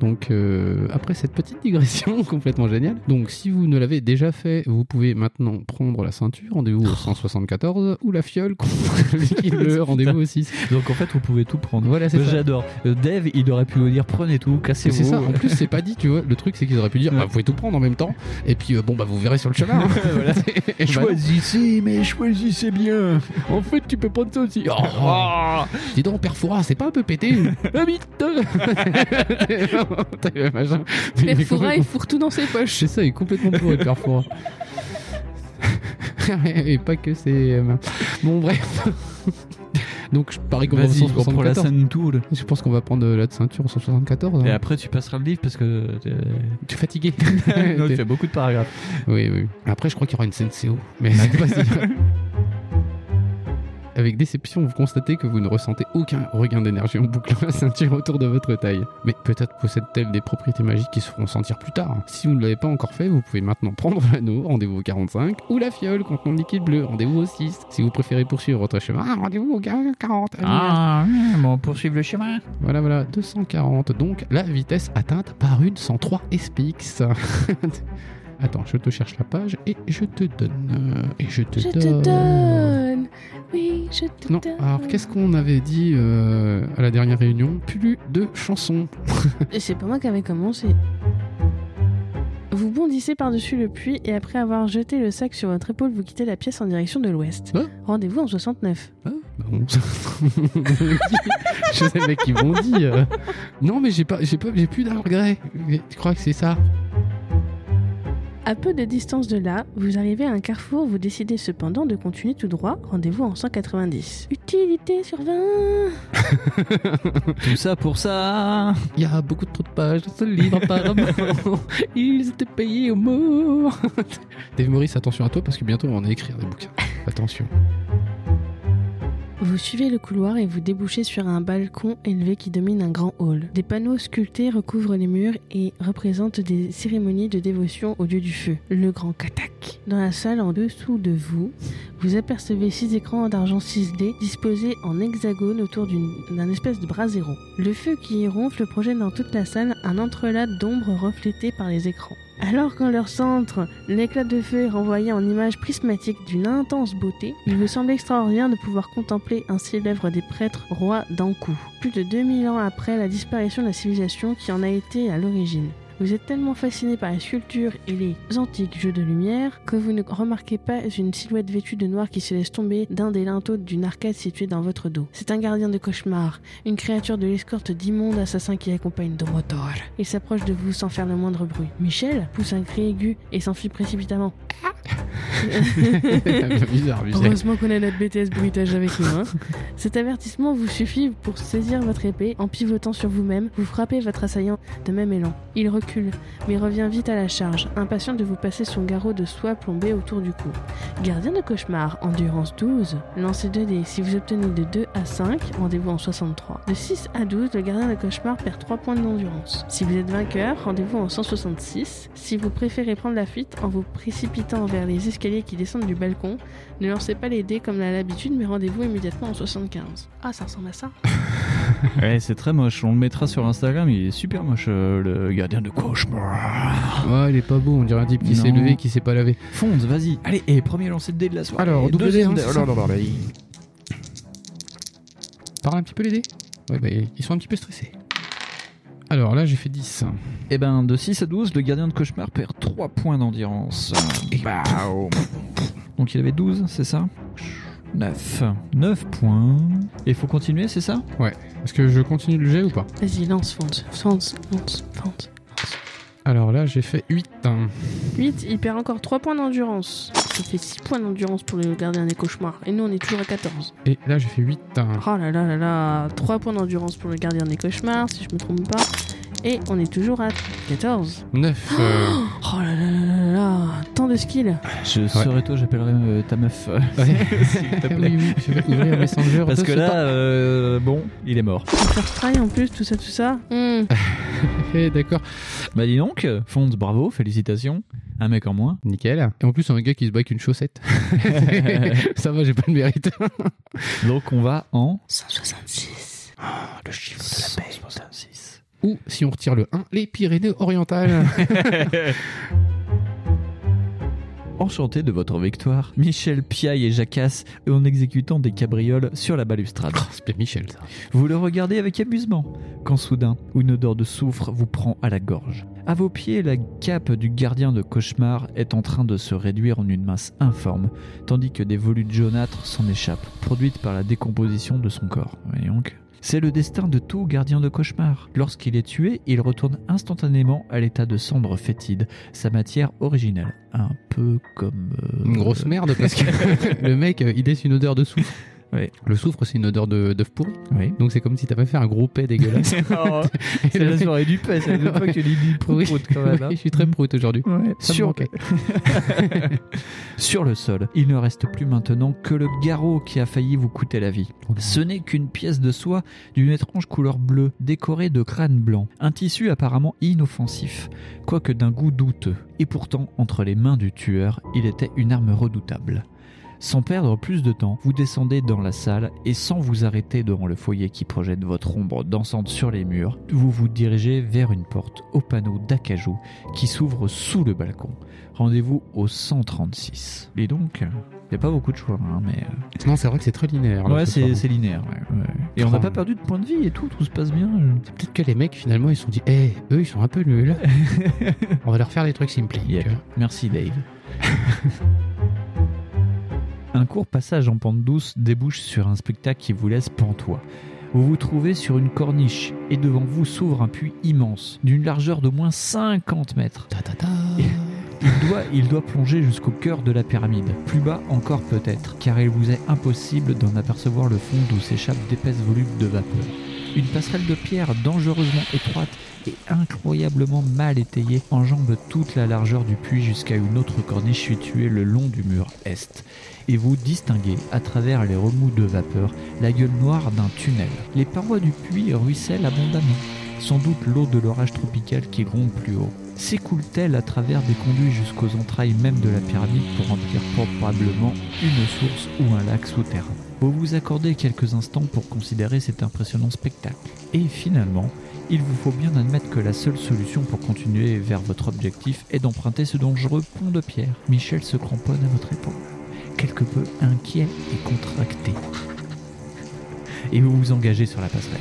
Donc, euh, après cette petite digression complètement géniale, donc si vous ne l'avez déjà fait, vous pouvez maintenant prendre la ceinture, rendez-vous au 174, ou la fiole, qu'on- qui le rendez-vous au 6. Donc en fait, vous pouvez tout prendre. Voilà, c'est ça. J'adore. Euh, Dave, il aurait pu vous dire prenez tout, Mais cassez-vous. C'est ça, en plus c'est pas dit, tu vois. Le truc c'est qu'ils auraient pu dire, Ouais. bah, vous pouvez tout prendre en même temps, et puis euh, bon, bah vous verrez sur le chemin. hein. Voilà. Et bah, Choisissez, mais choisissez bien. en fait, tu peux prendre ça aussi. Oh, Oh. Dis donc, père Foura, c'est pas un peu pété La bite T'es vraiment- t'es le machin. Père Il Foura, est il complètement- fourre tout dans ses poches. C'est ça, il est complètement bourré, père Foura. Et pas que c'est... euh, Bon, bref. Donc, je parie qu'on va au Vas-y, on prend la 174. scène tour. Je pense qu'on va prendre euh, la ceinture au 174. Et hein. après, tu passeras le livre parce que. euh, Tu es fatigué non, tu fais beaucoup de paragraphes. Oui, oui. Après, je crois qu'il y aura une scène CO. Mais c'est pas si grave. Avec déception, vous constatez que vous ne ressentez aucun regain d'énergie en bouclant la ceinture autour de votre taille. Mais peut-être possède-t-elle des propriétés magiques qui se feront sentir plus tard. Si vous ne l'avez pas encore fait, vous pouvez maintenant prendre l'anneau, rendez-vous au 45, ou la fiole contenant le liquide bleu, rendez-vous au 6. Si vous préférez poursuivre votre chemin, ah, rendez-vous au 40. Ah, bon, poursuivre le chemin. Voilà, voilà, 240. Donc, la vitesse atteinte par une 103 SPX. Attends, je te cherche la page et je te donne. euh, Et je te Je donne. te donne. Oui, je te Non, donne. alors qu'est-ce qu'on avait dit euh, à la dernière réunion Plus de chansons. Et c'est pas moi qui avais commencé. Vous bondissez par-dessus le puits et après avoir jeté le sac sur votre épaule, vous quittez la pièce en direction de l'ouest. Hein Rendez-vous en 69. Bah, on- je sais, mec, ils m'ont dit. euh. Non, mais j'ai pas, j'ai pas, j'ai plus d'un regret. Mais Tu crois que c'est ça À peu de distance de là, vous arrivez à un carrefour, vous décidez cependant de continuer tout droit. Rendez-vous en 190. Utilité sur 20 Tout ça pour ça. Il y a beaucoup trop de pages dans ce livre, apparemment. Ils étaient payés au mot. Dave Maurice, attention à toi parce que bientôt on va en écrire des bouquins. Attention. Vous suivez le couloir et vous débouchez sur un balcon élevé qui domine un grand hall. Des panneaux sculptés recouvrent les murs et représentent des cérémonies de dévotion au dieu du feu, le grand Katak. Dans la salle en dessous de vous, vous apercevez six écrans d'argent 6D disposés en hexagone autour d'une- d'un espèce de brasero. Le feu qui y ronfle projette dans toute la salle un entrelac d'ombres reflétées par les écrans. Alors qu'en leur centre, l'éclat de feu est renvoyé en images prismatiques d'une intense beauté, il vous semble extraordinaire de pouvoir contempler ainsi l'œuvre des prêtres rois d'Ankou, plus de 2000 ans après la disparition de la civilisation qui en a été à l'origine. Vous êtes tellement fasciné par les sculptures et les antiques jeux de lumière que vous ne remarquez pas une silhouette vêtue de noir qui se laisse tomber d'un des linteaux d'une arcade située dans votre dos. C'est un gardien de cauchemar, une créature de l'escorte d'immondes assassins qui accompagne Dorothor. Il s'approche de vous sans faire le moindre bruit. Michel pousse un cri aigu et s'enfuit précipitamment. bizarre, bizarre. Heureusement qu'on a notre BTS bruitage avec nous. hein. Cet avertissement vous suffit pour saisir votre épée. En pivotant sur vous-même, vous frappez votre assaillant de même élan. Il recule, mais revient vite à la charge, impatient de vous passer son garrot de soie plombé autour du cou. Gardien de cauchemar, endurance 12, lancez 2 dés. Si vous obtenez de 2 à 5, rendez-vous en 63. De 6 à 12, le gardien de cauchemar perd 3 points d'endurance. Si vous êtes vainqueur, rendez-vous en 166. Si vous préférez prendre la fuite en vous précipitant vers les escaliers escaliers qui descendent du balcon. Ne lancez pas les dés comme à l'habitude, mais rendez-vous immédiatement en 75. Ah, ça ressemble à ça. Ouais, c'est très moche. On le mettra sur Instagram. Il est super moche, euh, le gardien de cauchemar. Ouais, Oh, il est pas beau, on dirait un type qui s'est Non. levé, qui s'est pas lavé. Fonde, vas-y. Allez, et premier lancer de dés de la soirée. Alors, double dé, Deuxième hein, dé- c'est oh ça là là là là. Parle un petit peu les dés Ouais, bah, ils sont un petit peu stressés. Alors là, j'ai fait 10. Eh ben, de 6 à 12, le gardien de cauchemar perd 3 points d'endurance. bah, oh. Donc il avait 12, c'est ça 9. 9 points. Et il faut continuer, c'est ça Est-ce que je continue le jet ou pas Vas-y, lance, fonce, fonce, fonce, fonce. Alors là, j'ai fait 8. hein. 8, il perd encore 3 points d'endurance. Ça fait 6 points d'endurance pour le gardien des cauchemars. Et nous, on est toujours à 14. Et là, j'ai fait 8. hein. Oh là là là là, 3 points d'endurance pour le gardien des cauchemars, si je me trompe pas. Et on est toujours à 14. 9. euh, Oh là là là là là, tant de skills. Je serai toi, j'appellerai euh, ta meuf. euh, s'il te plaît. Ah oui, oui, je vais ouvrir Messenger. Parce de que ce là, euh, bon, il est mort. Le First try en plus, tout ça, tout ça. Hmm. temps. Eh, D'accord. Bah dis donc, Fonds, bravo, félicitations. Un mec en moins. Nickel. Et en plus, un gars qui se bat avec une chaussette. Ça va, j'ai pas de mérite. Donc on va en... 166. le chiffre de la paix. 66. Ou si on retire le 1, les Pyrénées-Orientales. Enchanté de votre victoire, Michel Piaille et Jacasse en exécutant des cabrioles sur la balustrade. C'est bien Michel, ça. Vous le regardez avec amusement, quand soudain, une odeur de soufre vous prend à la gorge. À vos pieds, la cape du gardien de cauchemar est en train de se réduire en une masse informe, tandis que des volutes jaunâtres s'en échappent, produites par la décomposition de son corps. Voyons que- C'est le destin de tout gardien de cauchemar. Lorsqu'il est tué, il retourne instantanément à l'état de cendre fétide, sa matière originelle. Un peu comme... euh, Une grosse merde parce que le mec, euh, il laisse une odeur de soufre. Ouais. Le soufre, c'est une odeur de- d'œuf pourri. Oui. Donc c'est comme si t'avais fait un gros pet dégueulasse. C'est la soirée du paix, c'est la deuxième fois que tu dis du Oui. prout quand même. hein. je suis très prout aujourd'hui. Ouais, Ça me sur, manquait. sur le sol, il ne reste plus maintenant que le garrot qui a failli vous coûter la vie. Oh Ce n'est qu'une pièce de soie d'une étrange couleur bleue, décorée de crânes blancs, un tissu apparemment inoffensif, quoique d'un goût douteux. Et pourtant, entre les mains du tueur, il était une arme redoutable. Sans perdre plus de temps, vous descendez dans la salle et sans vous arrêter devant le foyer qui projette votre ombre dansante sur les murs, vous vous dirigez vers une porte au panneau d'acajou qui s'ouvre sous le balcon. Rendez-vous au 136. Et donc, il n'y a pas beaucoup de choix, hein, mais... euh, Non, c'est vrai que c'est très linéaire. là, ouais, ce c'est, soir. c'est linéaire. ouais, ouais. Et on n'a pas perdu de points de vie et tout, tout se passe bien. euh. Peut-être que les mecs, finalement, ils se sont dit, Eh, eux, ils sont un peu nuls. On va leur faire des trucs simples. Yep. Merci Dave. un court passage en pente douce débouche sur un spectacle qui vous laisse pantois. Vous vous trouvez sur une corniche et devant vous s'ouvre un puits immense, d'une largeur d'au moins 50 mètres. Ta, ta, ta. Ah. Il doit, il doit plonger jusqu'au cœur de la pyramide, plus bas encore peut-être, car il vous est impossible d'en apercevoir le fond d'où s'échappent d'épaisses volutes de vapeur. Une passerelle de pierre dangereusement étroite et incroyablement mal étayée enjambe toute la largeur du puits jusqu'à une autre corniche située le long du mur est. Et vous distinguez, à travers les remous de vapeur, la gueule noire d'un tunnel. Les parois du puits ruissellent abondamment, sans doute l'eau de l'orage tropical qui gronde plus haut. S'écoule-t-elle à travers des conduits jusqu'aux entrailles même de la pyramide pour remplir probablement une source ou un lac souterrain Vous vous accordez quelques instants pour considérer cet impressionnant spectacle. Et finalement, il vous faut bien admettre que la seule solution pour continuer vers votre objectif est d'emprunter ce dangereux pont de pierre. Michel se cramponne à votre épaule, quelque peu inquiet et contracté. Et vous vous engagez sur la passerelle.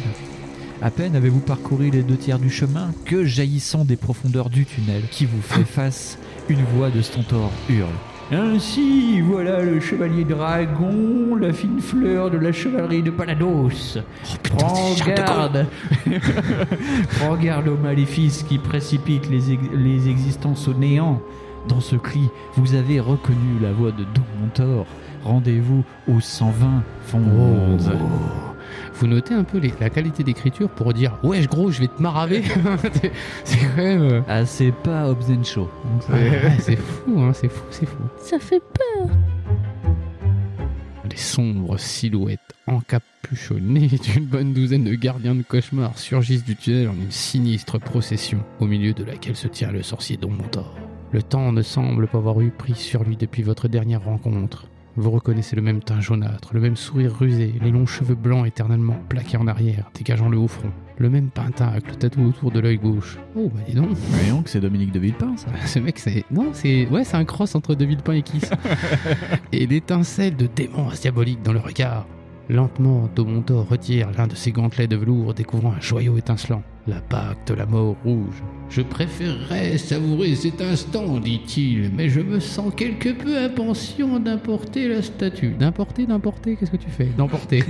À peine avez-vous parcouru les deux tiers du chemin que jaillissant des profondeurs du tunnel qui vous fait face, une voix de Stentor hurle. Ainsi, voilà le chevalier dragon, la fine fleur de la chevalerie de Palados. Oh, Prends garde Prends garde au maléfice qui précipite les, ex- les existences au néant. Dans ce cri, vous avez reconnu la voix de Don Montor. Rendez-vous au 120 fonds. Oh. Vous notez un peu les- la qualité d'écriture pour dire Wesh, gros, je vais te maraver. C'est- c'est quand même. euh, Ah, c'est pas Hobbs Show. ouais, c'est fou, hein, c'est fou, c'est fou. Ça fait Les sombres silhouettes encapuchonnées d'une bonne douzaine de gardiens de cauchemar surgissent du tunnel en une sinistre procession, au milieu de laquelle se tient le sorcier Don Montor. Le temps ne semble pas avoir eu prise sur lui depuis votre dernière rencontre. Vous reconnaissez le même teint jaunâtre, le même sourire rusé, les longs cheveux blancs éternellement plaqués en arrière, dégageant le haut front, le même pentacle, le tatou autour de l'œil gauche. Oh, bah dis donc, Voyons que c'est Dominique de Villepin, ça. ce mec, c'est. Non, c'est. Ouais, c'est un cross entre De Villepin et Kiss. et l'étincelle de démence diabolique dans le regard. Lentement, Domontor retire l'un de ses gantelets de velours, découvrant un joyau étincelant. La bague de la mort rouge. Je préférerais savourer cet instant, dit-il, mais je me sens quelque peu impatient d'importer la statue. D'importer, d'importer, qu'est-ce que tu fais D'emporter.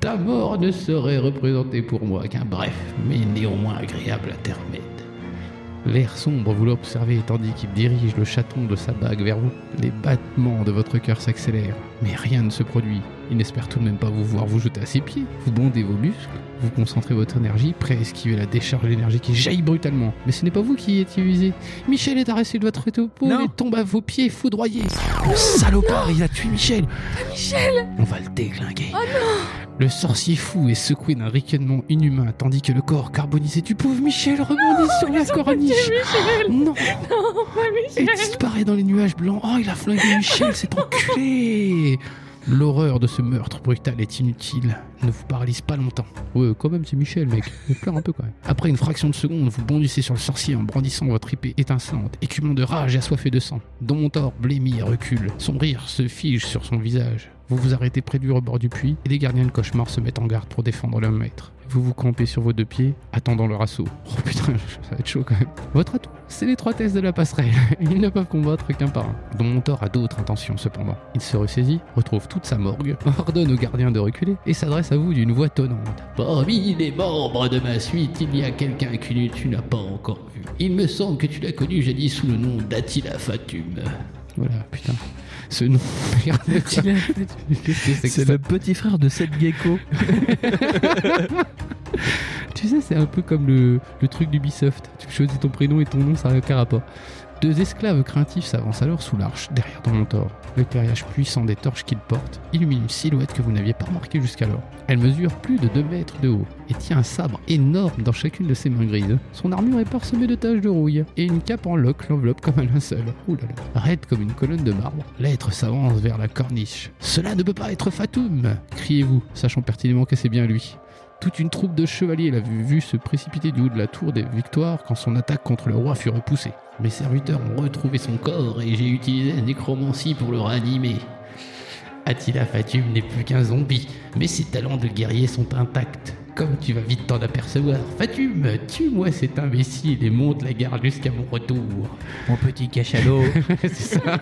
Ta mort ne serait représentée pour moi qu'un bref, mais néanmoins agréable intermède. L'air sombre, vous l'observez tandis qu'il dirige le chaton de sa bague vers vous. Les battements de votre cœur s'accélèrent, mais rien ne se produit. Il n'espère tout de même pas vous voir vous jeter à ses pieds. Vous bondez vos muscles, vous concentrez votre énergie, prêt à esquiver la décharge d'énergie qui jaillit brutalement. Mais ce n'est pas vous qui étiez visé. Michel est arrêté de votre étopo Non. et tombe à vos pieds foudroyé. Le salopard, il a tué Michel Michel on va le déglinguer. le sorcier fou est secoué d'un ricanement inhumain, tandis que le corps carbonisé du pauvre Michel rebondit sur la corniche. non, Pas il Michel disparaît dans les nuages blancs. Oh, il a flingué Michel, cet enculé L'horreur de ce meurtre brutal est inutile, ne vous paralyse pas longtemps. Ouais, quand même, c'est Michel, mec. Il pleure un peu quand même. Après une fraction de seconde, vous bondissez sur le sorcier en brandissant votre épée étincelante, écumant de rage et assoiffé de sang. Domontor blémit et recule. Son rire se fige sur son visage. Vous vous arrêtez près du rebord du puits et les gardiens de cauchemar se mettent en garde pour défendre leur maître. Vous vous campez sur vos deux pieds, attendant leur assaut. Oh putain, ça va être chaud quand même. Votre atout, c'est les trois tests de la passerelle. Ils ne peuvent combattre qu'un par un. Domontor a d'autres intentions cependant. Il se ressaisit, retrouve toute sa morgue, ordonne aux gardiens de reculer et s'adresse à vous d'une voix tonnante. Parmi les membres de ma suite, il y a quelqu'un que tu n'as pas encore vu. Il me semble que tu l'as connu jadis sous le nom d'Attila Fatum. Voilà, putain. Ce nom. Merde, Qu'est-ce que c'est que ça petit frère de Seth Gecko. Tu sais, c'est un peu comme le, le truc d'Ubisoft. Tu choisis ton prénom et ton nom, ça n'a aucun rapport. Deux esclaves craintifs s'avancent alors sous l'arche, derrière Domontor. L'éclairage puissant des torches qu'ils portent illumine une silhouette que vous n'aviez pas remarquée jusqu'alors. Elle mesure plus de 2 mètres de haut et tient un sabre énorme dans chacune de ses mains grises. Son armure est parsemée de taches de rouille et une cape en loques l'enveloppe comme un linceul. Ouh là là. Raide comme une colonne de marbre, l'être s'avance vers la corniche. Cela ne peut pas être Fatoum criez-vous, sachant pertinemment que c'est bien lui. Toute une troupe de chevaliers l'a vu, vu se précipiter du haut de la tour des victoires quand son attaque contre le roi fut repoussée. Mes serviteurs ont retrouvé son corps et j'ai utilisé la nécromancie pour le ranimer. Attila Fatum n'est plus qu'un zombie, mais ses talents de guerrier sont intacts. Comme tu vas vite t'en apercevoir, Fatum, tue-moi cet imbécile et monte la garde jusqu'à mon retour. Mon petit cachalot. c'est ça.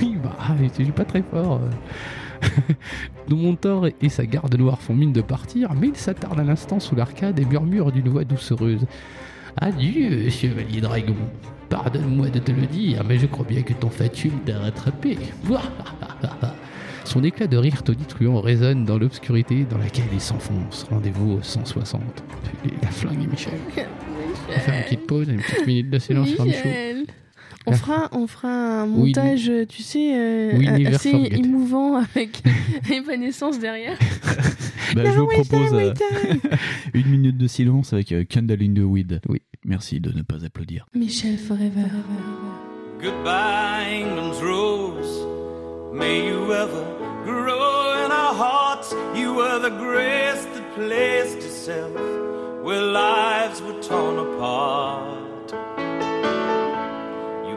oui, bah, je suis pas très fort. Domontor et sa garde noire font mine de partir, mais il s'attarde un instant sous l'arcade et murmure d'une voix doucereuse. Adieu, chevalier dragon. Pardonne-moi de te le dire, mais je crois bien que ton fatum t'a rattrapé. Son éclat de rire tonitruant résonne dans l'obscurité dans laquelle il s'enfonce. Rendez-vous au 160. Il a flingué Michel. On va faire une petite pause, une petite minute de silence sur le show. Michel on fera, on fera un We- montage, tu sais, euh, We never assez forget. émouvant avec Évanescence derrière. Bah, je vous propose Wait euh, time. une minute de silence avec euh, Candle in the Weed. Oui. Merci de ne pas applaudir. Michel Forever. Goodbye, England's rose. May you ever grow in our hearts. You were the grace that placed yourself where lives were torn apart. You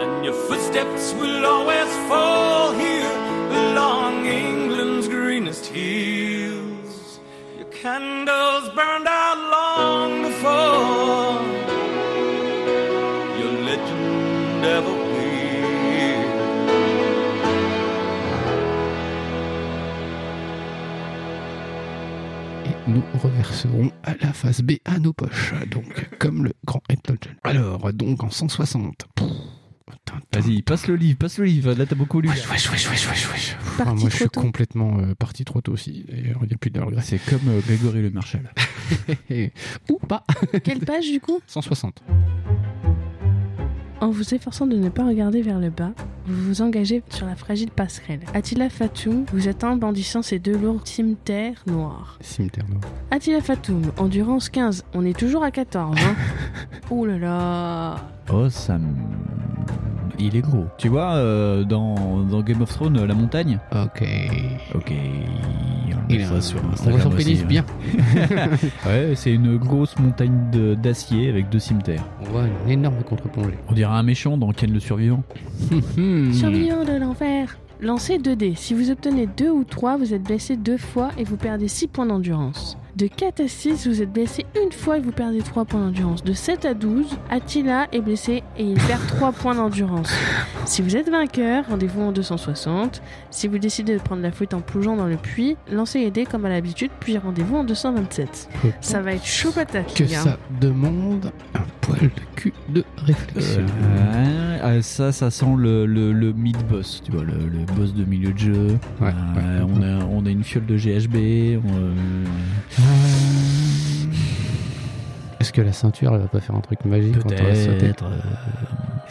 And your footsteps will always fall here along England's greenest hills. Your candles burned out long before your legend ever will. Et nous reverserons à la phase B à nos poches, donc comme le grand Elton John. Alors, donc en 160. Pff, tintin. Vas-y, passe le livre, passe le livre. Là, t'as beaucoup lu. Wesh, wesh, wesh, wesh, wesh, wesh. Parti Ah, moi, je trop suis tôt. complètement euh, parti trop tôt aussi. D'ailleurs, il n'y a plus de regret. C'est comme euh, Grégory Le Marchal. Ou pas. Quelle page du coup 160. En vous efforçant de ne pas regarder vers le bas, vous vous engagez sur la fragile passerelle. Attila Fatum vous attend en bandissant ses deux lourds cimetières noirs. Cimetière noir. Attila Fatum, endurance 15, on est toujours à 14. Hein Ouh là là Oh, ça me- Il est gros. Tu vois, euh, dans, dans Game of Thrones, euh, la montagne Ok. Ok. On Il a- mettra sur On Instagram voit son aussi, pénis hein. bien. Ouais, c'est une grosse montagne de- d'acier avec deux cimetières. On voit une énorme contre-plongée. On dirait un méchant dans Ken le Survivant. Hmm. Surveillant de l'enfer Lancez 2 dés. Si vous obtenez 2 ou 3, vous êtes blessé 2 fois et vous perdez 6 points d'endurance. De 4 à 6, vous êtes blessé une fois et vous perdez 3 points d'endurance. De 7 à 12, Attila est blessé et il perd 3 points d'endurance. Si vous êtes vainqueur, rendez-vous en 260. Si vous décidez de prendre la fuite en plongeant dans le puits, lancez les dés comme à l'habitude, puis rendez-vous en 227. Je Ça va être chaud patate, Que les gars. ça demande un poil de cul de réflexion. Euh, ah, ça, ça sent le, le, le mid-boss, tu vois, le, le boss de milieu de jeu. Ouais, Euh, ouais. on, a, on a une fiole de GHB. on, euh, Ah. Est-ce que la ceinture, elle va pas faire un truc magique quand on va sauter Peut-être. euh,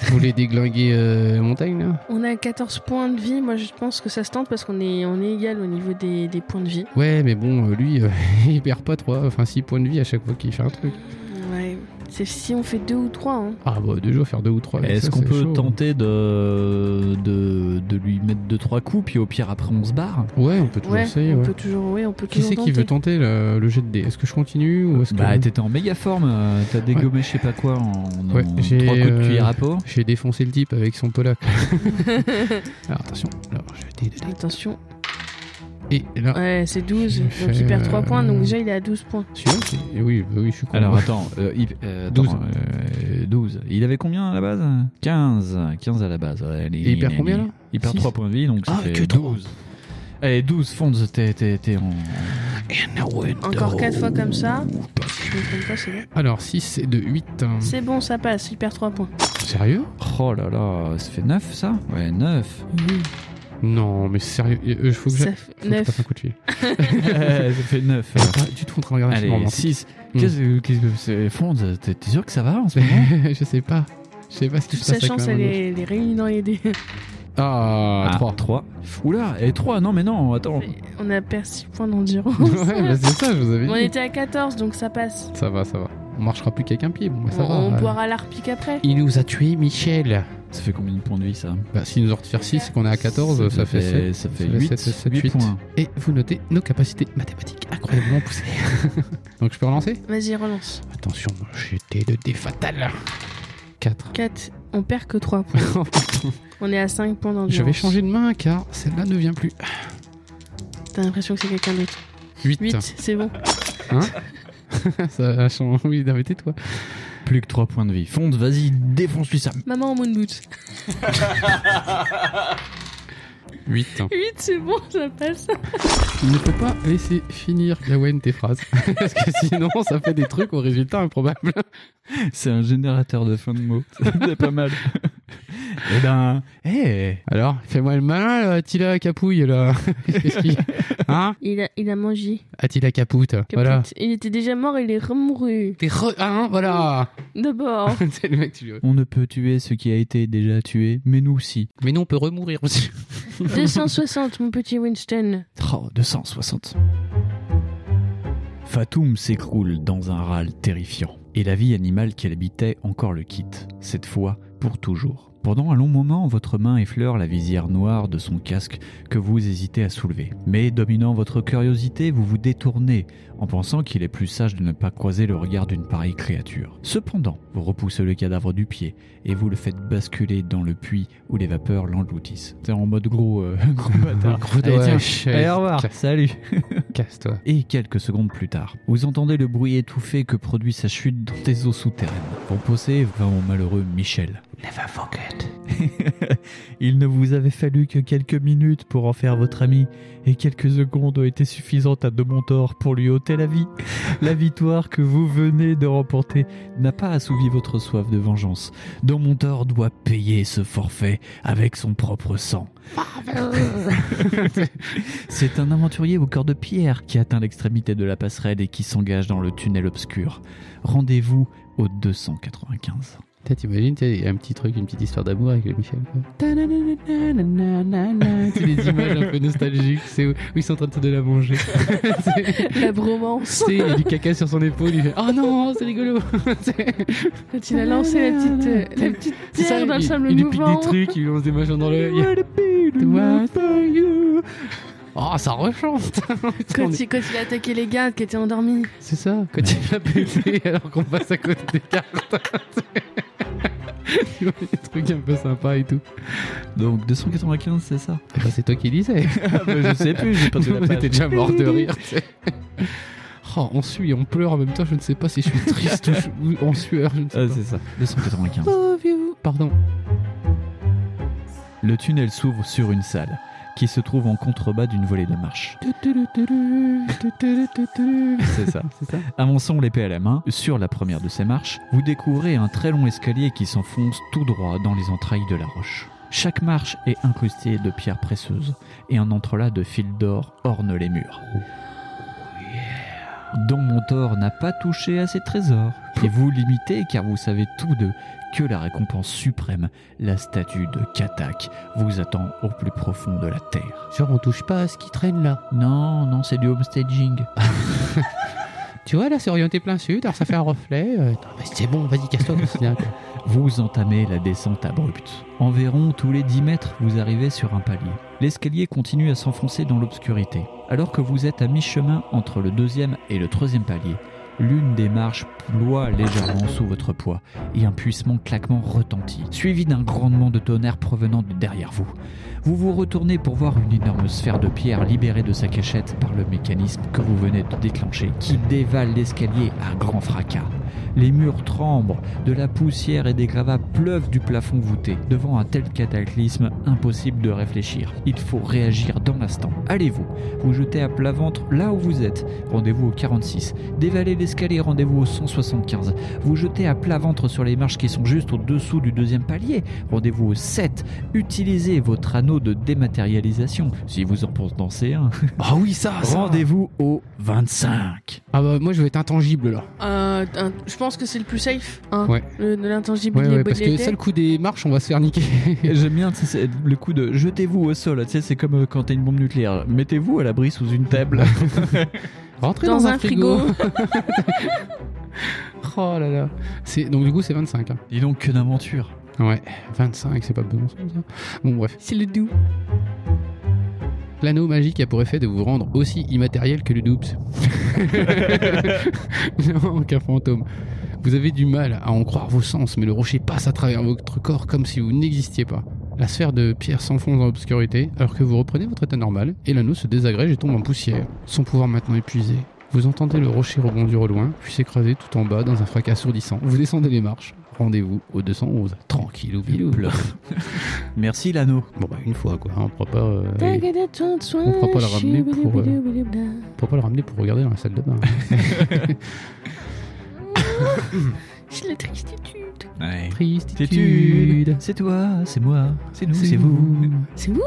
Vous voulez déglinguer euh, montagne, là On a 14 points de vie. Moi, je pense que ça se tente parce qu'on est, on est égal au niveau des, des points de vie. Ouais, mais bon, euh, lui, euh, il perd pas 3, enfin 6 points de vie à chaque fois qu'il fait un truc. Ouais. C'est si on fait 2 ou 3. Hein. Ah bah déjà faire 2 ou 3. Est-ce qu'on peut tenter de, de, de lui mettre deux trois coups, puis au pire, après, on se barre Ouais, on peut toujours Ouais, essayer, on ouais. peut toujours, ouais, on peut Qui toujours c'est qui veut tenter. tenter le, le jet de dés Est-ce que je continue ou est-ce que... Bah, t'étais en méga forme, euh, t'as dégommé je sais pas quoi en, en Ouais, j'ai, trois coups de euh, cuillère à peau. J'ai défoncé le type avec son polac. Alors attention, alors je dé de dés. Attention. Et là, Ouais, c'est 12. J'ai Donc il fait, perd 3 euh, points. Donc déjà, il est à 12 points. celui-là, c'est- eh oui, bah oui, je suis con. Alors attends, euh, il- euh, attends, 12. euh, 12. Il avait combien à la base 15. 15 à la base. Ouais, allez, Et il perd allez, combien, allez. là Il perd Six. 3 points de vie, donc ça Ah, fait que 12. Allez, 12, Fonds, t'es, t'es, t'es en... Encore 4 fois comme ça. Je me trompe pas, c'est bon. Alors 6 et 2, 8. C'est bon, ça passe. Il perd 3 points. hein. Sérieux Oh là là, ça fait 9 ça Ouais, 9. Non, mais sérieux, il faut que je... Ça faut fait que je 9. passe un coup de fil. Eh, ça fait 9. Je suis pas du tout en train de regarder un film Allez, romantique. 6. Hmm. Qu'est-ce que- qu'est-ce que c'est Fonds, t'es, t'es sûr que ça va en ce moment je sais pas. Je sais pas ce qui Toute se sa passe avec chance, ma elle main gauche. est, elle est réunie dans les dés. Ah, 3. 3. Oula, et 3, non mais non, attends. On a perdu 6 points d'endurance. ouais, bah c'est ça, je vous avais on dit. était à 14, donc ça passe. Ça va, ça va. On marchera plus qu'avec un pied, bon, bah, ça on va. on Euh, boira l'arpic après. Il nous a tué, Michel. Ça fait combien de points de vie ça Bah, s'il nous en retire 6 et qu'on est à 14, ça, fait 7. Ça fait Ça fait 8, sept, sept, 8 huit. points. Et vous notez nos capacités mathématiques incroyablement poussées. Donc je peux relancer Vas-y, relance. Attention, j'étais le dé fatal. 4. 4. On perd que 3 points. Oh, On est à 5 points d'endurance. je vais changer de main car celle-là ne vient plus. T'as l'impression que c'est quelqu'un d'autre. 8. 8, c'est bon. ça a changé. Oui, d'arrêter toi. Plus que 3 points de vie. Fonde, vas-y, défonce-lui ça. Maman en moon boot. 8. 8, c'est bon, ça passe. Il ne faut pas laisser finir, Gawain, tes phrases. Parce que sinon, ça fait des trucs aux résultats improbables. C'est un générateur de fin de mots. C'est pas mal. Eh ben, eh, Alors, fais-moi le malin, là, Attila Capouille, là. Qu'est-ce qu'il... Hein Il a, il a mangé. Attila Capoute, voilà. Capote. Il était déjà mort, il est remouru. T'es re... Ah, hein, voilà D'abord. C'est le mec, tu lui- on ne peut tuer ce qui a été déjà tué, mais nous aussi. Mais non, on peut remourir aussi. 260, mon petit Winston. Oh, 260. Fatoum s'écroule dans un râle terrifiant, et la vie animale qu'elle habitait encore le quitte, cette fois pour toujours. Pendant un long moment, votre main effleure la visière noire de son casque que vous hésitez à soulever. Mais dominant votre curiosité, vous vous détournez en pensant qu'il est plus sage de ne pas croiser le regard d'une pareille créature. Cependant, vous repoussez le cadavre du pied et vous le faites basculer dans le puits où les vapeurs l'engloutissent. T'es en mode gros, euh, gros bâtard. Gros Allez, tiens, dommage. Allez, au revoir. Casse- Salut. Casse-toi. Et quelques secondes plus tard, vous entendez le bruit étouffé que produit sa chute dans des eaux souterraines. Reposez, va mon malheureux Michel. Never Il ne vous avait fallu que quelques minutes pour en faire votre ami, et quelques secondes ont été suffisantes à De Montor pour lui ôter la vie. La victoire que vous venez de remporter n'a pas assouvi votre soif de vengeance. De Montor doit payer ce forfait avec son propre sang. C'est un aventurier au corps de pierre qui atteint l'extrémité de la passerelle et qui s'engage dans le tunnel obscur. Rendez-vous au 295. Putain, T'imagines, tu sais, il y a un petit truc, une petite histoire d'amour avec le Michel. quoi. Tananananananana. C'est des images un peu nostalgiques, c'est où où ils sont en train de te donner à manger. C'est- La bromance. tu sais, il y a du caca sur son épaule, il fait Oh non, c'est rigolo C'est- Quand il a lancé la petite, euh, la petite C'est ça, pierre dans le il- sable Il lui pique mouvant. des trucs, il lui lance des machins dans l'œil. Oh, ça rechante On Quand est- il, quand il a attaqué les gardes qui étaient endormis. C'est ça, quand il va péter alors qu'on passe à côté des cartes. tu vois, des trucs un peu sympas et tout. Donc 295, c'est ça Eh ben, c'est toi qui lisais. Ah, bah, Je sais plus, j'ai pas de la Nous, on page. était déjà mort de rire. tu sais. Oh, on suit, on pleure en même temps. Je ne sais pas si je suis triste ou je- ou en sueur. Je ne sais Ah, pas. c'est ça, 295. Love you. Pardon. Le tunnel s'ouvre sur une salle qui se trouve en contrebas d'une volée de marche. C'est ça. C'est ça. Avançons l'épée à la main, sur la première de ces marches, vous découvrez un très long escalier qui s'enfonce tout droit dans les entrailles de la roche. Chaque marche est incrustée de pierres précieuses et un entrelac de fils d'or orne les murs. Don Montor n'a pas touché à ses trésors et vous limitez car vous savez tous deux que la récompense suprême, la statue de Katak, vous attend au plus profond de la terre. Genre, on touche pas à ce qui traîne là. Non, non, c'est du homestaging. Tu vois, là, c'est orienté plein sud. Alors, ça fait un reflet. euh, non, mais c'est bon, vas-y, casse-toi. c'est bien, quoi. Vous entamez la descente abrupte. Environ tous les 10 mètres, vous arrivez sur un palier. L'escalier continue à s'enfoncer dans l'obscurité. Alors que vous êtes à mi-chemin entre le deuxième et le troisième palier, l'une des marches ploie légèrement sous votre poids et un puissant claquement retentit, suivi d'un grondement de tonnerre provenant de derrière vous. Vous vous retournez pour voir une énorme sphère de pierre libérée de sa cachette par le mécanisme que vous venez de déclencher, qui dévale l'escalier à grand fracas. Les murs tremblent, de la poussière et des gravats pleuvent du plafond voûté. Devant un tel cataclysme, impossible de réfléchir. Il faut réagir dans l'instant. Allez-vous, vous jetez à plat ventre là où vous êtes. Rendez-vous au 46. Dévalez l'escalier, rendez-vous au 175. Vous jetez à plat ventre sur les marches qui sont juste au-dessous du deuxième palier. Rendez-vous au 7. Utilisez votre anneau de dématérialisation, si vous en pensez un. Ah oui, ça, ça. Rendez-vous au 25. Ah bah, moi, je vais être intangible là. Euh, un- je pense que c'est le plus safe. Hein. Ouais. Le- de l'intangible Ouais, il est ouais, bon, parce il que était. seul coup des marches, on va se faire niquer. J'aime bien tu sais, c'est le coup de jetez-vous au sol, tu sais, c'est comme euh, quand t'as une bombe nucléaire. Mettez-vous à l'abri sous une table. Rentrer dans, un frigo. oh là là. C'est- Donc, du coup, c'est 25. hein. Dis donc, que d'aventure. Ouais, 25, c'est pas bon sens, ça. Bon, bref. c'est le doux. L'anneau magique a pour effet de vous rendre aussi immatériel que le doubs. non, qu'un fantôme. Vous avez du mal à en croire vos sens, mais le rocher passe à travers votre corps comme si vous n'existiez pas. La sphère de pierre s'enfonce dans l'obscurité, alors que vous reprenez votre état normal, et l'anneau se désagrège et tombe en poussière, son pouvoir maintenant épuisé. Vous entendez le rocher rebondir au loin, puis s'écraser tout en bas dans un fracas assourdissant. Vous descendez les marches. Rendez-vous au 211. Tranquille ou bilou. Merci l'anneau. Bon bah une fois quoi, on pourra pas... euh, On on pourra pas la ramener pour, euh, Pourquoi pas le ramener pour regarder dans la salle de bain C'est la tristitude. Ouais. Tristitude, C'est toi, c'est moi, c'est nous, c'est vous. C'est vous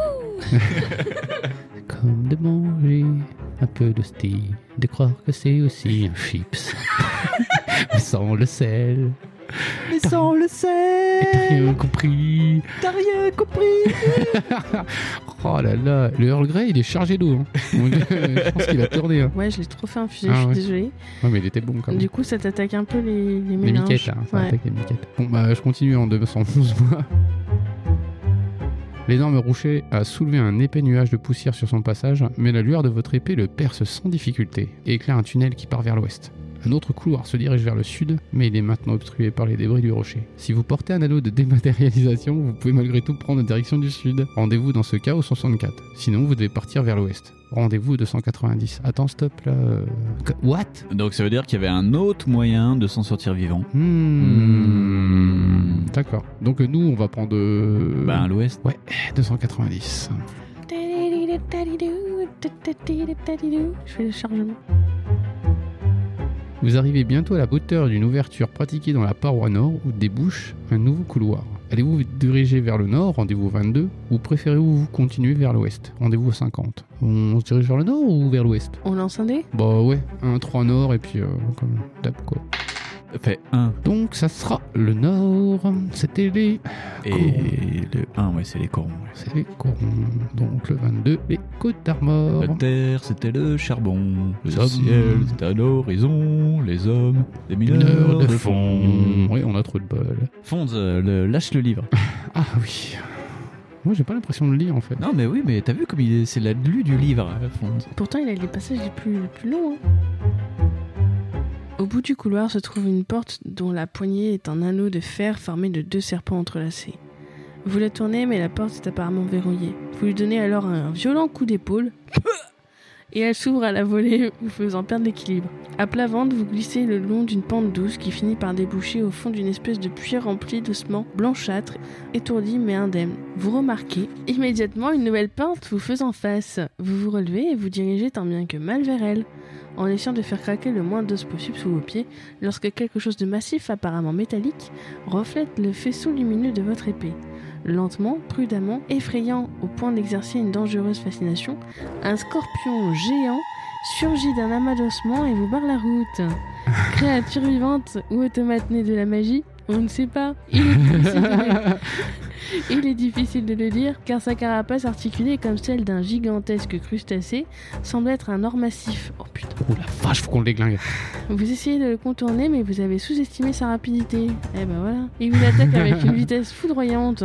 Comme de manger un peu d'hostie, de croire que c'est aussi un chips. Mais sans le sel, Mais sans le t'as sel, rien compris. t'as rien compris. Oh là là, le Earl Grey il est chargé d'eau. hein. Mon Dieu, Je pense qu'il a tourné. hein. Ouais, je l'ai trop fait infuser, Ah je suis ouais. désolée. Ouais mais il était bon quand même. Du coup, ça t'attaque un peu les, les Les mélanges. miquettes là, hein, ça Ouais. attaque les miquettes. Bon bah je continue en 211 mois. L'énorme rocher a soulevé un épais nuage de poussière sur son passage, mais la lueur de votre épée le perce sans difficulté et éclaire un tunnel qui part vers l'ouest. Un autre couloir se dirige vers le sud, mais il est maintenant obstrué par les débris du rocher. Si vous portez un anneau de dématérialisation, vous pouvez malgré tout prendre la direction du sud. Rendez-vous dans ce cas au 64. Sinon, vous devez partir vers l'ouest. Rendez-vous au 290. Attends, stop là. euh, qu- What Donc ça veut dire qu'il y avait un autre moyen de s'en sortir vivant. Hmm. D'accord. Donc euh, nous, on va prendre euh, Ben, à l'ouest. 290. Je fais le chargement. Vous arrivez bientôt à la hauteur d'une ouverture pratiquée dans la paroi nord où débouche un nouveau couloir. Allez-vous vous diriger vers le nord, rendez-vous 22, ou préférez-vous vous continuer vers l'ouest, rendez-vous 50 On se dirige vers le nord ou vers l'ouest On lance un dé Bah ouais, 1, 3 nord et puis euh, comme on tape quoi. Fait 1. Donc ça sera le nord, c'était les... Et le 1, ouais, c'est les corons. ouais. C'est les corons. Donc le 22, les côtes d'Armor. La terre, c'était le charbon. Le Somme. ciel, c'était un horizon. Les hommes, des mineurs Mineur de, de fond. fond. Oui, on a trop de bol. Fonds, euh, le- lâche le livre. Ah oui. Moi j'ai pas l'impression de lire en fait. non, mais oui, mais t'as vu comme il est, c'est la lue du livre, euh, Fonds. Pourtant, il a les passages les plus, les plus longs. hein. Au bout du couloir se trouve une porte dont la poignée est un anneau de fer formé de deux serpents entrelacés. Vous la tournez, mais la porte est apparemment verrouillée. Vous lui donnez alors un violent coup d'épaule et elle s'ouvre à la volée, vous faisant perdre l'équilibre. À plat ventre, vous glissez le long d'une pente douce qui finit par déboucher au fond d'une espèce de puits rempli d'ossements blanchâtres, étourdis mais indemnes. Vous remarquez immédiatement une nouvelle pente vous faisant face. Vous vous relevez et vous dirigez tant bien que mal vers elle, en essayant de faire craquer le moins d'os possible sous vos pieds, lorsque quelque chose de massif, apparemment métallique, reflète le faisceau lumineux de votre épée. Lentement, prudemment, effrayant au point d'exercer une dangereuse fascination, un scorpion géant surgit d'un amas d'ossements et vous barre la route. Créature vivante ou automate née de la magie, on ne sait pas. Il est difficile de- Il est difficile de le dire car sa carapace articulée comme celle d'un gigantesque crustacé semble être un or massif. Oh putain. Oh la vache, faut qu'on le déglingue. Vous essayez de le contourner, mais vous avez sous-estimé sa rapidité. Eh ben voilà. Il vous attaque avec une vitesse foudroyante.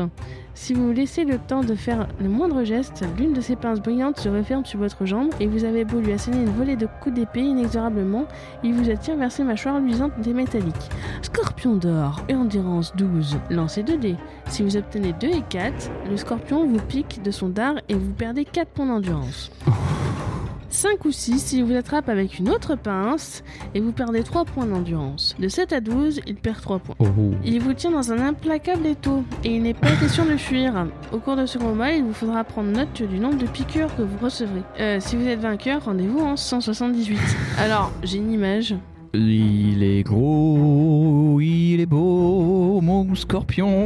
Si vous laissez le temps de faire le moindre geste, l'une de ses pinces brillantes se referme sur votre jambe et vous avez beau lui asséner une volée de coups d'épée inexorablement, il vous attire vers ses mâchoires luisantes et métalliques. Scorpion d'or, endurance 12, lancez 2 dés. Si vous obtenez 2 et 4, le scorpion vous pique de son dard et vous perdez 4 points d'endurance. 5 ou 6, il vous attrape avec une autre pince, et vous perdez 3 points d'endurance. De 7 à 12, il perd 3 points. Oh, oh. Il vous tient dans un implacable étau et il n'est pas question de fuir. Au cours de ce combat, il vous faudra prendre note du nombre de piqûres que vous recevrez. Euh, si vous êtes vainqueur, rendez-vous en 178. Alors, j'ai une image. Il est gros, il est beau, mon scorpion.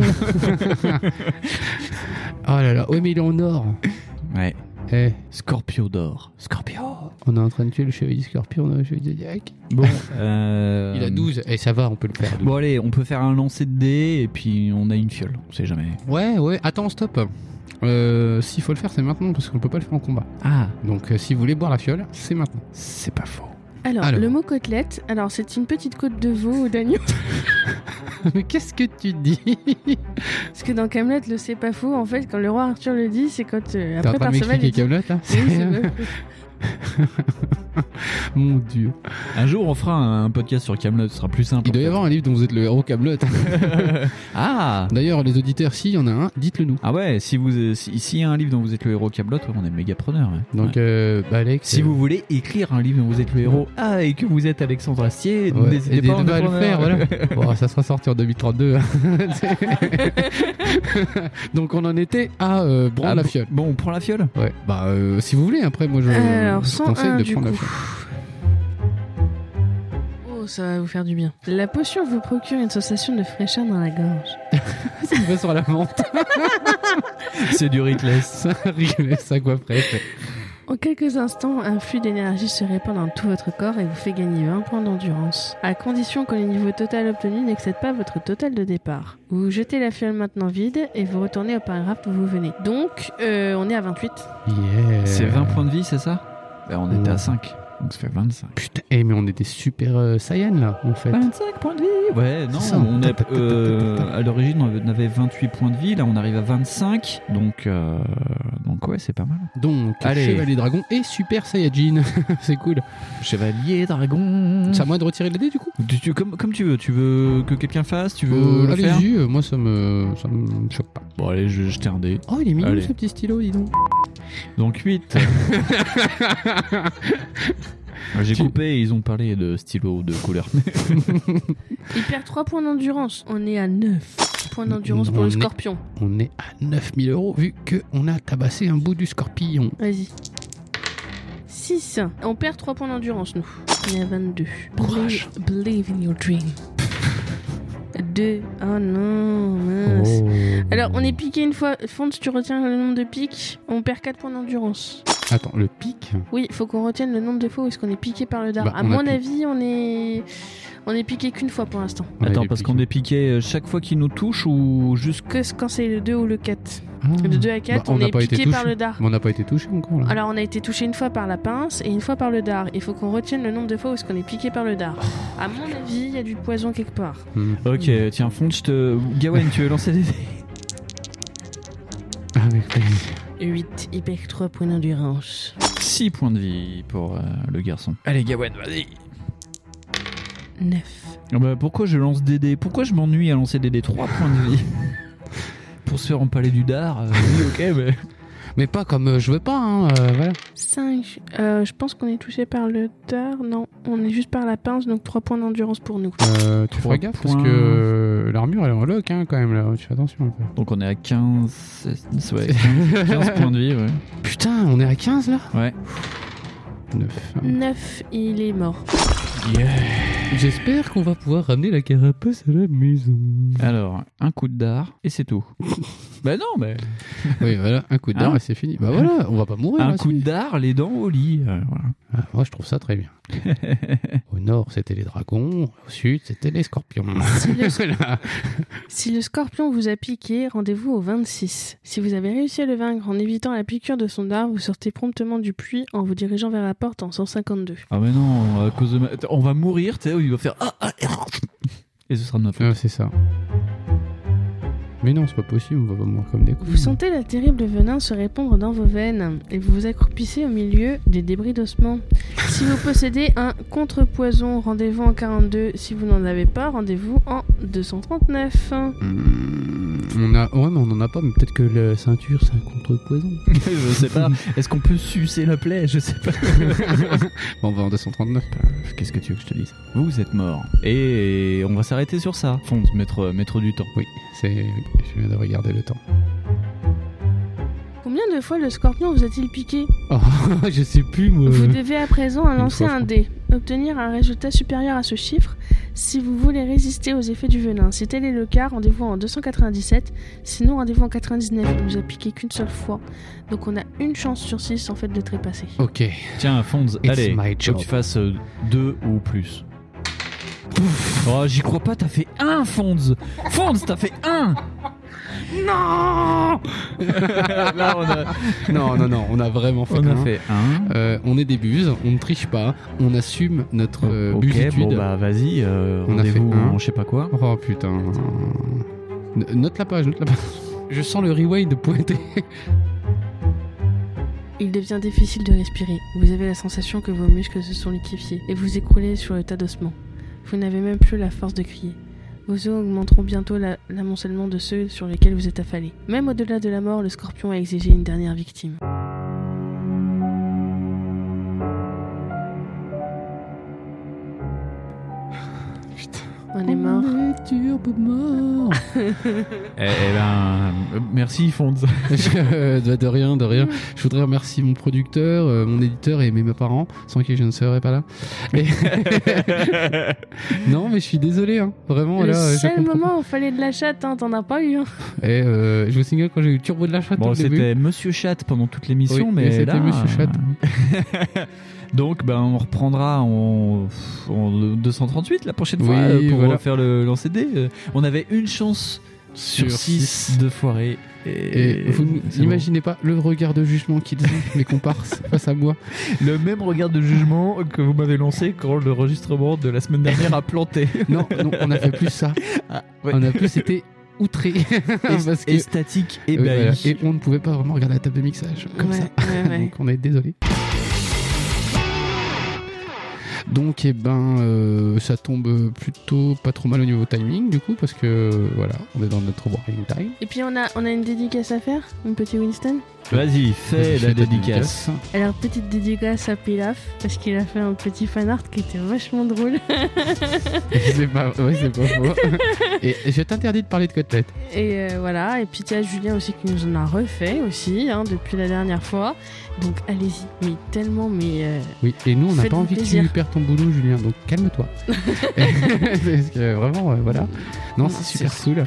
Ah là là, ouais mais il est en or. ouais. Eh, Scorpio d'or. Scorpio. on est en train de tuer le chevalier scorpion, le chevalier zodiac. Bon. Il a 12, et ça va, on peut le faire. Euh, Bon allez, on peut faire un lancer de dés et puis on a une fiole. On sait jamais. Ouais, ouais, attends, stop. Euh, S'il faut le faire, c'est maintenant, parce qu'on peut pas le faire en combat. Ah, Donc euh, si vous voulez boire la fiole, c'est maintenant. c'est pas faux. Alors, Alors. le mot côtelette, alors c'est une petite côte de veau ou d'agneau. mais qu'est-ce que tu dis Parce que dans Camelot, le c'est pas faux, en fait, quand le roi Arthur le dit, c'est quand euh, T'es après en train de Parseval m'expliquer il dit. Camelot hein? là Oui, c'est vrai. Mon dieu. Un jour on fera un podcast sur Camelot, ce sera plus simple. Il doit y en avoir un livre dont vous êtes le héros Camelot. hein. fait. ah. D'ailleurs, les auditeurs, s'il y en a un, dites-le nous. Ah ouais, si vous si, s'il y a un livre dont vous êtes le héros Camelot, on est méga preneur. ouais. Donc, Ouais. euh, bah, Alex. si euh, vous voulez écrire un livre dont vous êtes le héros, ah et que vous êtes Alexandre Astier, ouais, n'hésitez aidez-nous pas on est à le preneur. faire, voilà. Bon, ça sera sorti en 2032. hein. Donc, on en était à euh, prendre Ah, la bon- fiole. Bon, on prend la fiole. Ouais. Bah, euh, si vous voulez, après, moi, je, Alors, je 101 conseille de du prendre coup. la fiole. Oh, ça va vous faire du bien. La potion vous procure une sensation de fraîcheur dans la gorge. Il va sur la menthe. C'est du Ritless. Ça rigolait, ça quoi, après. En quelques instants, un flux d'énergie se répand dans tout votre corps et vous fait gagner 20 points d'endurance, à condition que le niveau total obtenu n'excède pas votre total de départ. Vous jetez la fiole maintenant vide et vous retournez au paragraphe où vous venez. Donc, euh, on est à 28. Yeah. C'est 20 points de vie, c'est ça Ben, on était à euh, Ouais. 5. Donc ça fait 25. Putain, eh, mais on était super euh, Saiyan, là, en fait. 25 points de vie Ouais, non, C'est ça. on Ta, ta, est, ta, euh, ta, ta, ta, à l'origine on avait 28 points de vie, là on arrive à 25, donc, euh, donc donc ouais, c'est pas mal. Donc, Allez. Chevalier Dragon et Super Saiyajin. c'est cool. Chevalier Mm. dragon. C'est à moi de retirer les dés du coup Tu- tu- comme, comme tu veux, tu veux que quelqu'un fasse, tu veux Euh, le faire Allez-y, euh, moi ça me, ça me choque pas. Bon allez, je vais jeter un dé. Oh, il est mignon Allez. ce petit stylo, dis donc. Donc 8. J'ai Tu- coupé, ils ont parlé de stylo de couleur. Il perd 3 points d'endurance. On est à 9 points d'endurance pour On le est- scorpion. On est à 9000 euros vu qu'on a tabassé un bout du scorpion. Vas-y. 6. On perd 3 points d'endurance, nous. On est à 22. Courage. Believe, believe in your dream. 2. Oh non, mince. Oh. Alors, on est piqué une fois. Fonds, tu retiens le nombre de piques. On perd 4 points d'endurance. Attends, le pic Oui, faut qu'on retienne le nombre de fois où est-ce qu'on est piqué par le dard. Bah, à on a mon pi- avis, on est... on est piqué qu'une fois pour l'instant. On a Attends, des parce pics. qu'on est piqué euh, chaque fois qu'il nous touche ou juste. Que quand c'est le 2 ou le 4. Ah. Le 2 à Bah, 4, on on, n'a est pas été piqué par touché. le dard. Mais on n'a pas été touché encore là. Alors on a été touché une fois par la pince et une fois par le dard. Il faut qu'on retienne le nombre de fois où est-ce qu'on est piqué par le dard. À mon avis, il y a du poison quelque part. Hmm. Ok, tiens, Fond, je te. Gawain, tu veux lancer des dés Avec plaisir. 8, il perd 3 points d'endurance. 6 points de vie pour euh, le garçon. Allez, Gawain, vas-y 9. Ah bah, pourquoi je lance des dés Pourquoi je m'ennuie à lancer des dés 3 points de vie Pour se faire empaler du dard, euh, oui, ok, mais. Mais pas comme euh, je veux pas, hein. euh, voilà. 5. Euh, je pense qu'on est touché par le dard. Non, on est juste par la pince, donc 3 points d'endurance pour nous. Euh, tu Trois feras gaffe points. parce que euh, l'armure elle est en lock hein, quand même là. Tu fais attention un peu. Donc on est à 15. 16, ouais, 15, 15 points de vie, ouais. Putain, on est à 15 là Ouais. 9. 9, il est mort. J'espère qu'on va pouvoir ramener la carapace à la maison. Alors, un coup de dard et c'est tout. bah non, mais. Oui, voilà, un coup de dard Hein et c'est fini. Bah voilà, on va pas mourir. un là, coup si. de dard, les dents au lit. euh, voilà. Ah, Moi, je trouve ça très bien. au nord, c'était les dragons. Au sud, c'était les scorpions. Si le, Voilà. si le scorpion vous a piqué, rendez-vous au 26. Si vous avez réussi à le vaincre en évitant la piqûre de son dard, vous sortez promptement du puits en vous dirigeant vers la porte en 152. Ah mais non, à cause de ma- on va mourir, tu sais, il va faire ah, ah, et ce sera de notre faute. Ah, c'est ça. Mais non, c'est pas possible, on va pas mourir comme des cons. Vous sentez la terrible venin se répandre dans vos veines et vous vous accroupissez au milieu des débris d'ossements. Si vous possédez un contrepoison, rendez-vous en 42. Si vous n'en avez pas, rendez-vous en 239. Hmm, On a... Ouais, mais on en a pas, mais peut-être que la ceinture, c'est un contrepoison. Je sais pas. Est-ce qu'on peut sucer la plaie Je sais pas. Bon, on va en 239. Euh, Qu'est-ce que tu veux que je te dise Vous êtes mort. Et on va s'arrêter sur ça. Fonds, maître, maître du temps. Oui, c'est... oui, Je viens de regarder le temps. Combien de fois le scorpion vous a-t-il piqué Oh, je sais plus, moi. Vous devez à présent Euh. Une lancer fois, un je dé, obtenir un résultat supérieur à ce chiffre si vous voulez résister aux effets du venin. Si tel est le cas, rendez-vous en 297, sinon rendez-vous en 99. Il nous a piqué qu'une seule fois, donc on a une chance sur 6 en fait de trépasser. Ok. Tiens, Fonds, It's allez, my faut job. que tu fasses euh, deux ou plus. Oh, j'y crois pas, t'as fait un, Fonds Fonds, t'as fait un Non Là, Ah, on a, Non, non, non, on a vraiment fait on a un. fait un. Euh, on est des buses, on ne triche pas, on assume notre euh, Oh, ok, busitude. bon bah vas-y, euh, On a fait rendez-vous un. en je sais pas quoi. Oh putain. N- Note la page, note la page. Je sens le rewind pointer. Il devient difficile de respirer. Vous avez la sensation que vos muscles se sont liquéfiés et vous écroulez sur le tas d'ossements. Vous n'avez même plus la force de crier. Vos os augmenteront bientôt la- l'amoncellement de ceux sur lesquels vous êtes affalés. Même au-delà de la mort, le scorpion a exigé une dernière victime. On est mort. Eh, eh ben, euh, merci Fonds. Je- euh, bah, de, de rien, de rien. Je voudrais remercier mon producteur, euh, mon éditeur et mes, mes parents, sans qui je ne serais pas là. Et- non, mais je suis désolé, hein. vraiment. le là, euh, je seul comprends moment où fallait de la chatte, hein, t'en as pas eu. hein. pas. Et euh, je vous signale quand j'ai eu le turbo de la chatte Bon, au début. c'était Monsieur Chat pendant toute l'émission, Oui, mais mais c'était là, Monsieur Chat. euh, Donc, ben, on reprendra en, en 238 la prochaine fois Oui, euh, pour voilà. faire le lancer de dés. Euh, On avait une chance sur six. 6 de foirer. Et, Et vous c'est bon. n'imaginez pas le regard de jugement qu'ils ont, les comparses, face à moi. le même regard de jugement que vous m'avez lancé quand le registrement de la semaine dernière a planté. Non, non, on a fait plus ça. Ah, ouais. On a plus été outré. parce que- Estatique et bah, Oui, Euh, voilà. Et on ne pouvait pas vraiment regarder la table de mixage comme ça. ouais, ouais. Donc on est désolé. Donc eh ben euh, ça tombe plutôt pas trop mal au niveau timing du coup parce que euh, voilà on est dans notre warning time. Et puis on a, on a une dédicace à faire, un petit Winston. Vas-y, fais Vas-y, la ta dédicace. Alors petite dédicace à Pilaf, parce qu'il a fait un petit fan art qui était vachement drôle. dédicace. c'est pas ouais, c'est pas faux. Et je t'interdis de parler de côtelettes. Et euh, voilà, et puis tiens Julien aussi qui nous en a refait aussi hein, depuis la dernière fois. Donc allez-y, mais tellement, mais... euh, Oui et nous on n'a Faites-vous pas envie que tu plaisir. perds ton boulot Julien donc calme-toi. parce que vraiment euh, voilà non c'est super cool.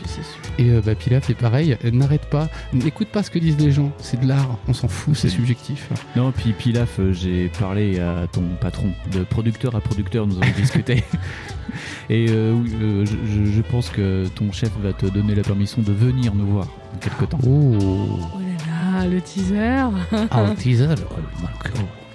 Et euh, bah, Pilaf est pareil, euh, n'arrête pas, n'écoute pas ce que disent les gens, c'est de l'art, on s'en fout, c'est subjectif. Non, puis Pilaf, euh, j'ai parlé à ton patron. De producteur à producteur, nous avons discuté. Et euh, oui, euh, je, je- je pense que ton chef va te donner la permission de venir nous voir dans quelques temps. Oh Oh là là, le teaser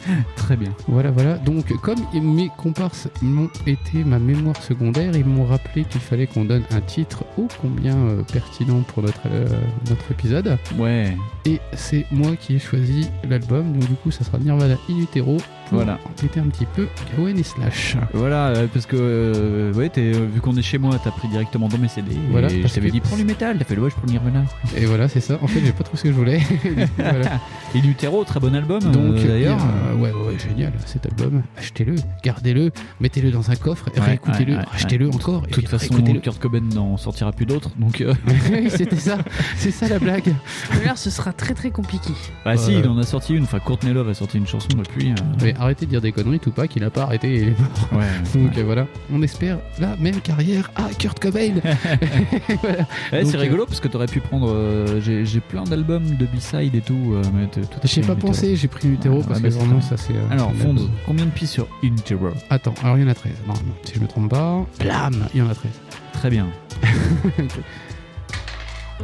Très bien. Voilà, voilà. Donc, comme mes comparses m'ont été ma mémoire secondaire, ils m'ont rappelé qu'il fallait qu'on donne un titre ô combien euh, pertinent pour notre, euh, notre épisode. Ouais, Et c'est moi qui ai choisi l'album, donc du coup, ça sera Nirvana In Utero pour Voilà. compléter un petit peu Gawain et Slash. voilà, euh, parce que euh, ouais, t'es- euh, vu qu'on est chez moi, t'as pris directement dans mes CD. Voilà, et je parce t'avais que- dit prends du métal, t'as fait le ouais, je prends le Nirvana. Et voilà, c'est ça. En fait, j'ai pas trop ce que je voulais. Du coup, voilà. Et Lutero, très bon album euh, Donc d'ailleurs. euh, ouais, ouais, ouais, génial cet album. Achetez-le, gardez-le, mettez-le dans un coffre, Ouais, réécoutez-le, ouais, ouais, achetez-le encore. De toute façon, Kurt Cobain n'en sortira plus d'autres, donc. euh, oui, c'était ça, c'est ça la blague. D'ailleurs ce sera très très compliqué. Bah si, Euh. il en a sorti une. Enfin, Courtney Love a sorti une chanson depuis. euh, Mais arrêtez de dire des conneries, tout pas qu'il a pas arrêté. il est mort. Ouais. Donc euh, voilà, on espère la même carrière à Kurt Cobain. Voilà. Ouais, Eh, Donc, c'est euh, rigolo parce que t'aurais pu prendre. euh, j'ai j'ai plein d'albums de B-side et tout. euh, mais t'es- tout à J'ai fait pas Utero. pensé, j'ai pris l'utéro Ouais, parce bah, que c'est vraiment ça très c'est. euh, Alors, c'est Fonds, la- combien de pistes sur Intero Attends, alors il y en a 13, normalement, si je me trompe pas. Blam Il y en a 13. Très bien.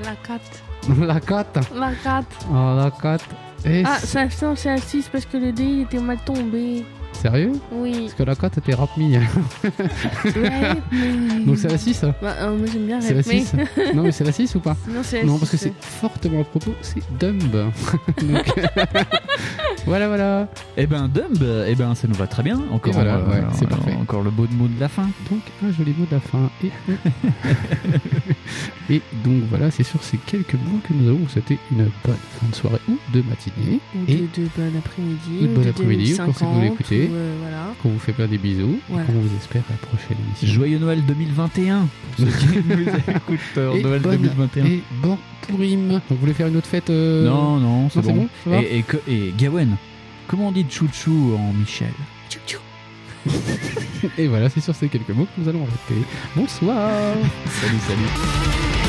La 4. la cote La 4. Oh la cote Eh, Ah, ça, ça, c'est à 6 parce que le dé il était mal tombé. Sérieux Oui. Parce que la cote était rap me. Ouais, mais- Donc c'est la hein. 6 Bah, euh, moi j'aime bien C'est la rap, mais- 6 Non mais c'est la 6 ou pas Non, c'est la Non parce que six. c'est fortement à propos, c'est Dumb. Donc, voilà voilà. Eh ben, Dumb, euh, eh ben, ça nous va très bien. Encore, hein. Et voilà, ouais, c'est alors, parfait. encore le beau mot de la fin. Donc un joli mot de la fin. Et, euh, et donc voilà, c'est sur ces quelques mots que nous allons vous souhaiter une bonne fin de soirée ou de matinée. Ou Et- de, de bon après-midi. Ou de bon après-midi, quand c'est que vous 2050, l'écoutez. ou, euh, voilà. Qu'on vous fait plein des bisous Voilà. et qu'on vous espère à la prochaine émission. Joyeux Noël 2021. Pour ceux qui nous écoutent, euh, Et Noël bonne- 2021. Et bon pourim. On voulait faire une autre fête euh, Non, non, non, c'est c'est bon, bon. ça va Et, et, que- et Gawen, comment on dit chouchou en Michel Et voilà, c'est sur ces quelques mots que nous allons arrêter. Bonsoir Salut, salut.